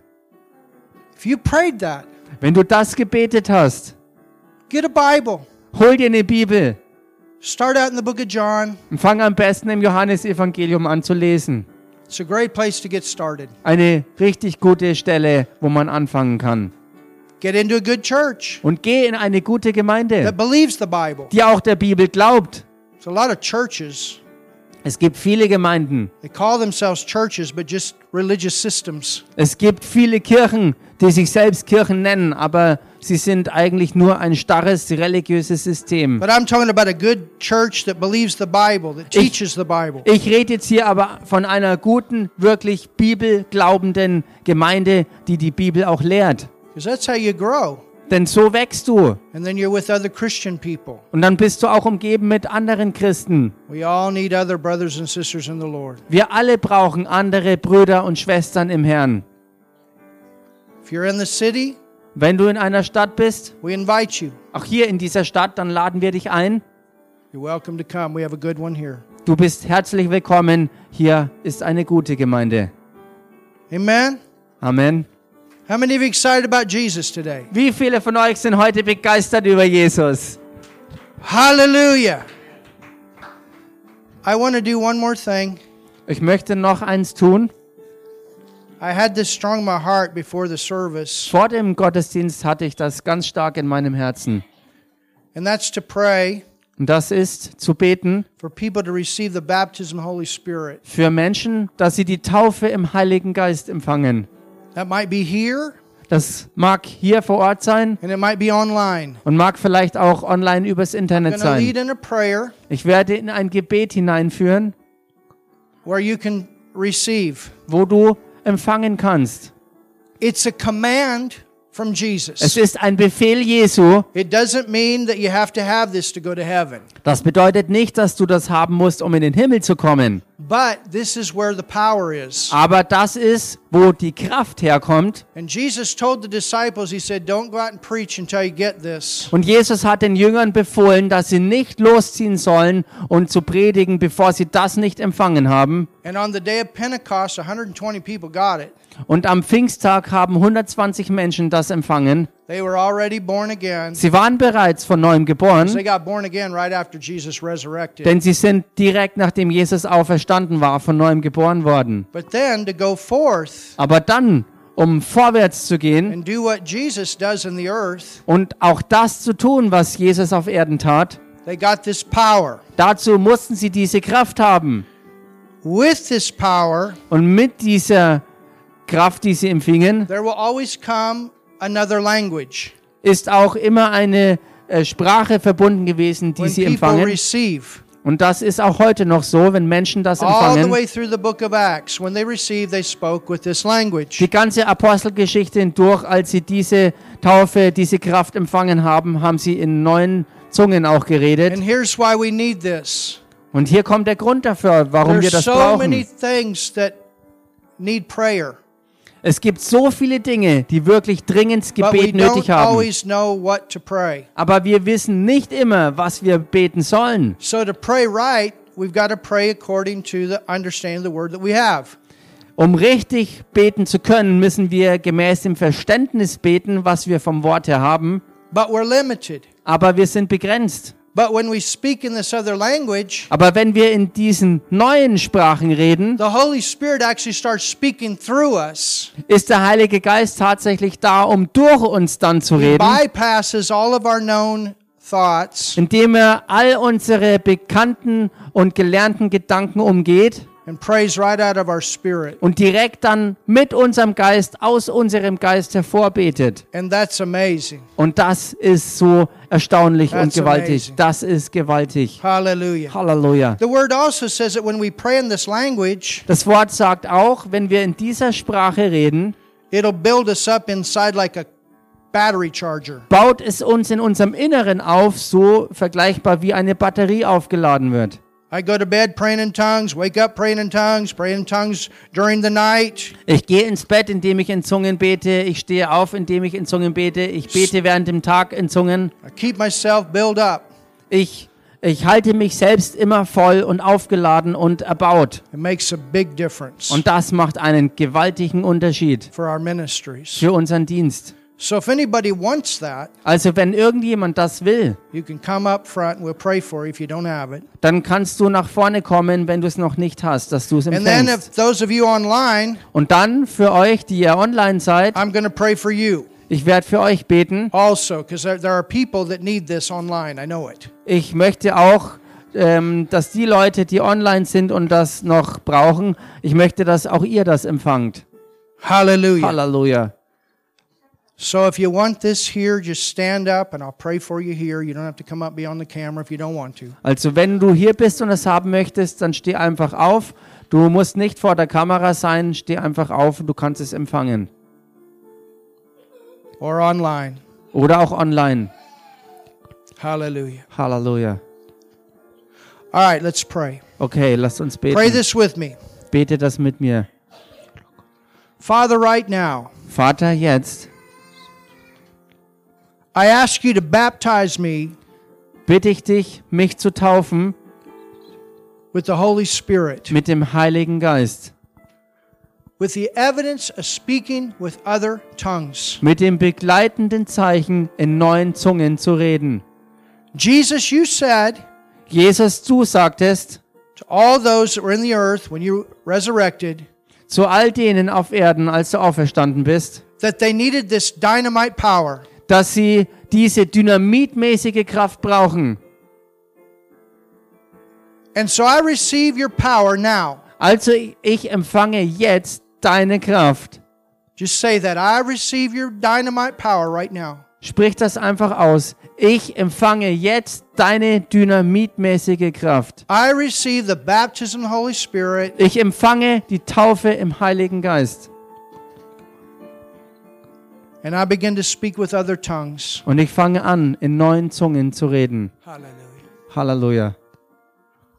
B: If you prayed that,
A: Wenn du das gebetet hast,
B: get a Bible.
A: hol dir eine Bibel
B: Start out in the book of John.
A: und fang am besten im Johannesevangelium an zu lesen.
B: It's a great place to get started.
A: Eine richtig gute Stelle, wo man anfangen kann.
B: Get into a good church
A: Und geh in eine gute Gemeinde,
B: that believes the Bible.
A: die auch der Bibel glaubt.
B: There's a lot of churches.
A: Es gibt viele Gemeinden,
B: They call themselves churches, but just religious systems.
A: es gibt viele Kirchen, die sich selbst Kirchen nennen, aber sie sind eigentlich nur ein starres religiöses System.
B: But I'm talking about a good church that believes the Bible, that teaches the Bible.
A: Ich rede jetzt hier aber von einer guten, wirklich bibelglaubenden Gemeinde, die die Bibel auch lehrt.
B: Because that's how you grow.
A: Denn so wächst du.
B: And then you're with other Christian people.
A: Und dann bist du auch umgeben mit anderen Christen.
B: We all need other brothers and sisters in the Lord.
A: Wir alle brauchen andere Brüder und Schwestern im Herrn.
B: If you're in the city,
A: Wenn du in einer Stadt bist,
B: we invite you.
A: auch hier in dieser Stadt, dann laden wir dich ein.
B: You're welcome to come. We have a good one here.
A: Du bist herzlich willkommen. Hier ist eine gute Gemeinde.
B: Amen.
A: Amen.
B: How many of you excited about Jesus today?
A: Wie viele von euch sind heute begeistert über Jesus?
B: Hallelujah. I want to do one more thing.
A: Ich möchte noch eins tun.
B: I had this strong in my heart before the service,
A: Vor dem Gottesdienst hatte ich das ganz stark in meinem Herzen.
B: and that's to pray
A: Und das ist zu beten
B: for people to receive the baptism of the Holy Spirit.
A: für Menschen, dass sie die Taufe im Heiligen Geist empfangen.
B: That might be here
A: Das mag hier vor Ort sein
B: and it might be online.
A: und mag vielleicht auch online übers
B: I'm
A: Internet
B: going to lead
A: sein.
B: in a prayer
A: Ich werde in ein Gebet hineinführen,
B: where you can receive.
A: wo du empfangen kannst.
B: It's a command from
A: Es
B: Jesus.
A: ist ein Befehl Jesu.
B: It doesn't mean that you have to have this to go to heaven,
A: Das bedeutet nicht, dass du das haben musst, um in den Himmel zu kommen.
B: but this is where the power is.
A: Aber das ist, wo die Kraft herkommt.
B: And Jesus told the disciples, He said, Don't go out and preach until you get this.
A: Und Jesus hat den Jüngern befohlen, dass sie nicht losziehen sollen und zu predigen, bevor sie das nicht empfangen haben.
B: And on the day of Pentecost, 120 people got it.
A: Und am Pfingsttag haben 120 Menschen das empfangen.
B: They were already born again.
A: Sie waren bereits von neuem
B: They
A: geboren,
B: got born again right after Jesus resurrected.
A: denn sie sind direkt nachdem Jesus auferstanden war, von neuem geboren worden.
B: But then to go forth
A: Aber dann, um vorwärts zu gehen
B: and do what Jesus does in the earth,
A: und auch das zu tun, was Jesus auf Erden tat,
B: they got this power.
A: Dazu mussten sie diese Kraft haben.
B: With this power,
A: Und mit dieser Kraft, die sie empfingen,
B: there will always come another language
A: ist auch immer eine äh, Sprache verbunden gewesen, die
B: when
A: sie
B: people
A: empfangen.
B: receive.
A: Und das ist auch heute noch so, wenn Menschen das
B: All the
A: empfangen.
B: way through the book of Acts, when they received, they spoke with this language.
A: Die ganze Apostelgeschichte hindurch, als sie diese Taufe, diese Kraft empfangen haben, haben sie in neuen Zungen auch
B: And
A: geredet.
B: here's why we need this.
A: Und hier kommt der Grund dafür, warum wir
B: There's
A: das
B: so many
A: brauchen.
B: things that need prayer.
A: Es gibt so viele Dinge, die wirklich dringendes
B: But we
A: Gebet
B: don't
A: nötig haben.
B: always know what to pray.
A: Aber wir wissen nicht immer, was wir beten sollen.
B: So to pray right, we've got to pray according to the understanding of the word that we have.
A: Um richtig beten zu können, müssen wir gemäß dem Verständnis beten, was wir vom Wort her haben.
B: But we're limited.
A: Aber wir sind begrenzt.
B: But when we speak in this other language,
A: Aber wenn wir in diesen neuen Sprachen reden,
B: the Holy Spirit actually starts speaking through us.
A: ist der Heilige Geist tatsächlich da, um durch uns dann zu
B: He
A: reden,
B: bypasses all of our known thoughts
A: indem er all unsere bekannten und gelernten Gedanken umgeht
B: and prays right out of our spirit.
A: und direkt dann mit unserem Geist aus unserem Geist hervorbetet.
B: And that's amazing.
A: Und das ist so erstaunlich und
B: That's
A: gewaltig.
B: amazing.
A: Das ist gewaltig.
B: Hallelujah.
A: Halleluja.
B: The word also says that when we pray in this language,
A: Das Wort sagt auch, wenn wir in dieser Sprache reden,
B: it'll build us up inside like a battery charger.
A: baut es uns in unserem Inneren auf, so vergleichbar wie eine Batterie aufgeladen wird.
B: I go to bed praying in tongues, wake up praying in tongues, praying in tongues during the night.
A: Ich gehe ins Bett, indem ich in Zungen bete. Ich stehe auf, indem ich in Zungen bete. Ich bete während dem Tag in Zungen.
B: I keep myself built up.
A: Ich, ich halte mich selbst immer voll und aufgeladen und erbaut.
B: It makes a big difference
A: Und das macht einen gewaltigen Unterschied
B: for our ministries.
A: für unseren Dienst.
B: So if anybody wants that,
A: Also wenn irgendjemand das will,
B: you can come up front and we'll pray for you if you don't have it.
A: dann kannst du nach vorne kommen, wenn du es noch nicht hast, dass du es
B: And then
A: empfängst.
B: if those of you online,
A: Und dann für euch, die ihr online seid,
B: I'm going to pray for you
A: ich werde für euch beten.
B: also because there, there are people that need this online. I know it.
A: Ich möchte auch, ähm, dass die Leute, die online sind und das noch brauchen, ich möchte, dass auch ihr das empfangt.
B: Hallelujah.
A: Halleluja.
B: So if you want this here, just stand up and I'll pray for you here. You don't have to come up beyond the camera if you don't want to.
A: Also wenn du hier bist und es haben möchtest, dann steh einfach auf. Du musst nicht vor der Kamera sein, steh einfach auf und du kannst es empfangen.
B: Or online.
A: Oder auch online.
B: Hallelujah.
A: Halleluja.
B: All right, let's pray.
A: Okay, lasst uns
B: Pray
A: beten.
B: this with me.
A: Bete das mit mir.
B: Father, right now,
A: Vater, jetzt
B: I ask you to baptize me
A: bitte ich dich, mich zu taufen
B: with the Holy Spirit,
A: mit dem Heiligen Geist,
B: with the evidence of speaking with other tongues.
A: mit dem begleitenden Zeichen in neuen Zungen zu reden.
B: Jesus, you said
A: Jesus, du sagtest
B: to all those that were in the earth when you resurrected
A: zu all denen auf Erden, als du auferstanden bist,
B: that they needed this dynamite power.
A: dass sie diese dynamitmäßige Kraft brauchen.
B: And so I receive your power now.
A: Also ich empfange jetzt deine Kraft.
B: Just say that. I receive your dynamite power right now.
A: Sprich das einfach aus. Ich empfange jetzt deine dynamitmäßige Kraft.
B: I receive the baptism of the Holy Spirit
A: Ich empfange die Taufe im Heiligen Geist
B: and I begin to speak with other tongues.
A: und ich fange an, in neuen Zungen zu reden.
B: Hallelujah.
A: Halleluja.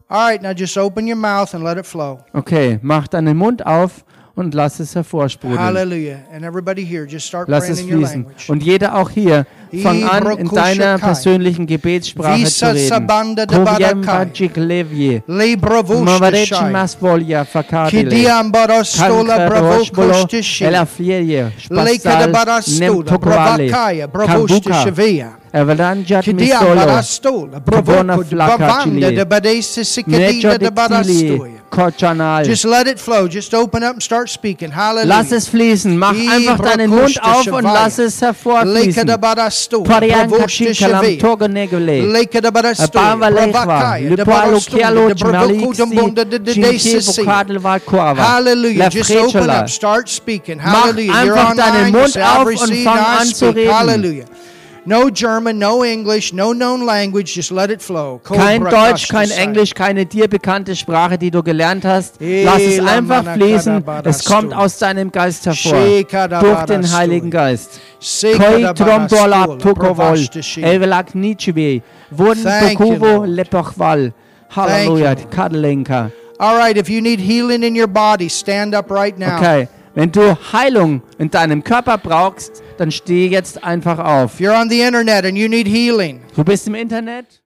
B: All right, now just open your mouth and let it flow.
A: Okay, mach deinen Mund auf und lass es hervorsprudeln.
B: Hallelujah. And everybody here, just start
A: Lass
B: praying
A: es
B: in your
A: fließen.
B: language.
A: Und jeder auch hier, fang an, in deiner persönlichen Gebetssprache zu reden. Kuvyemba Chiklevye, Mavarechi
B: Librovushtishay.
A: Masvolya Fakadile.
B: Kidiam
A: äh,
B: barostola bravokushtishay. Lika de barastola bravakaya bravushtishaya. Kidiam barastola bravokushtishay. de badesi sikadina de barastoya. Just let it flow. Just open up and start speaking.
A: Lass
B: Hallelujah.
A: es fließen. Mach einfach deinen Mund auf und lass es
B: Lika de
A: hervorfließen.
B: barastola
A: Parianka Chikalam
B: bravokushtishay.
A: Togonegole. Äh,
B: Lake of the Barastoy,
A: Abava Lechva,
B: Rabakaya, the
A: Lipalo
B: Barastoy,
A: Kialo
B: the Bravoco, the Bunda, the
A: Cinche
B: Dedesi.
A: Vokadel
B: Hallelujah.
A: Valkuava,
B: Just open
A: Frechela.
B: up. Start speaking.
A: Mach
B: Hallelujah. You're
A: einfach
B: online.
A: deinen
B: You
A: Mund
B: say, I've
A: auf und
B: received,
A: fang
B: I
A: an zu
B: speak.
A: reden.
B: Hallelujah. No German, no English, no known language. Just let it flow.
A: Kein
B: Cobra
A: Deutsch, kein
B: Kashtasai.
A: Englisch, keine dir bekannte Sprache, die du gelernt hast. Lass es
B: Ela
A: einfach
B: manakada
A: fließen. Es
B: barastu.
A: kommt aus deinem Geist hervor.
B: Shekada
A: Durch den
B: barastu.
A: Heiligen Geist.
B: Sekada
A: Koi trombola
B: Barastola,
A: pukovol,
B: Pravashtashi.
A: evelak nichibi, wurden
B: Thank you,
A: pokuvo
B: Lord.
A: lepochval. Halleluja,
B: Lord.
A: Kadelenka.
B: All right. If you need healing in your body, stand up right now.
A: Okay, wenn du Heilung in deinem Körper brauchst, dann steh jetzt einfach auf.
B: If you're on the internet and you need healing,
A: Du bist im Internet?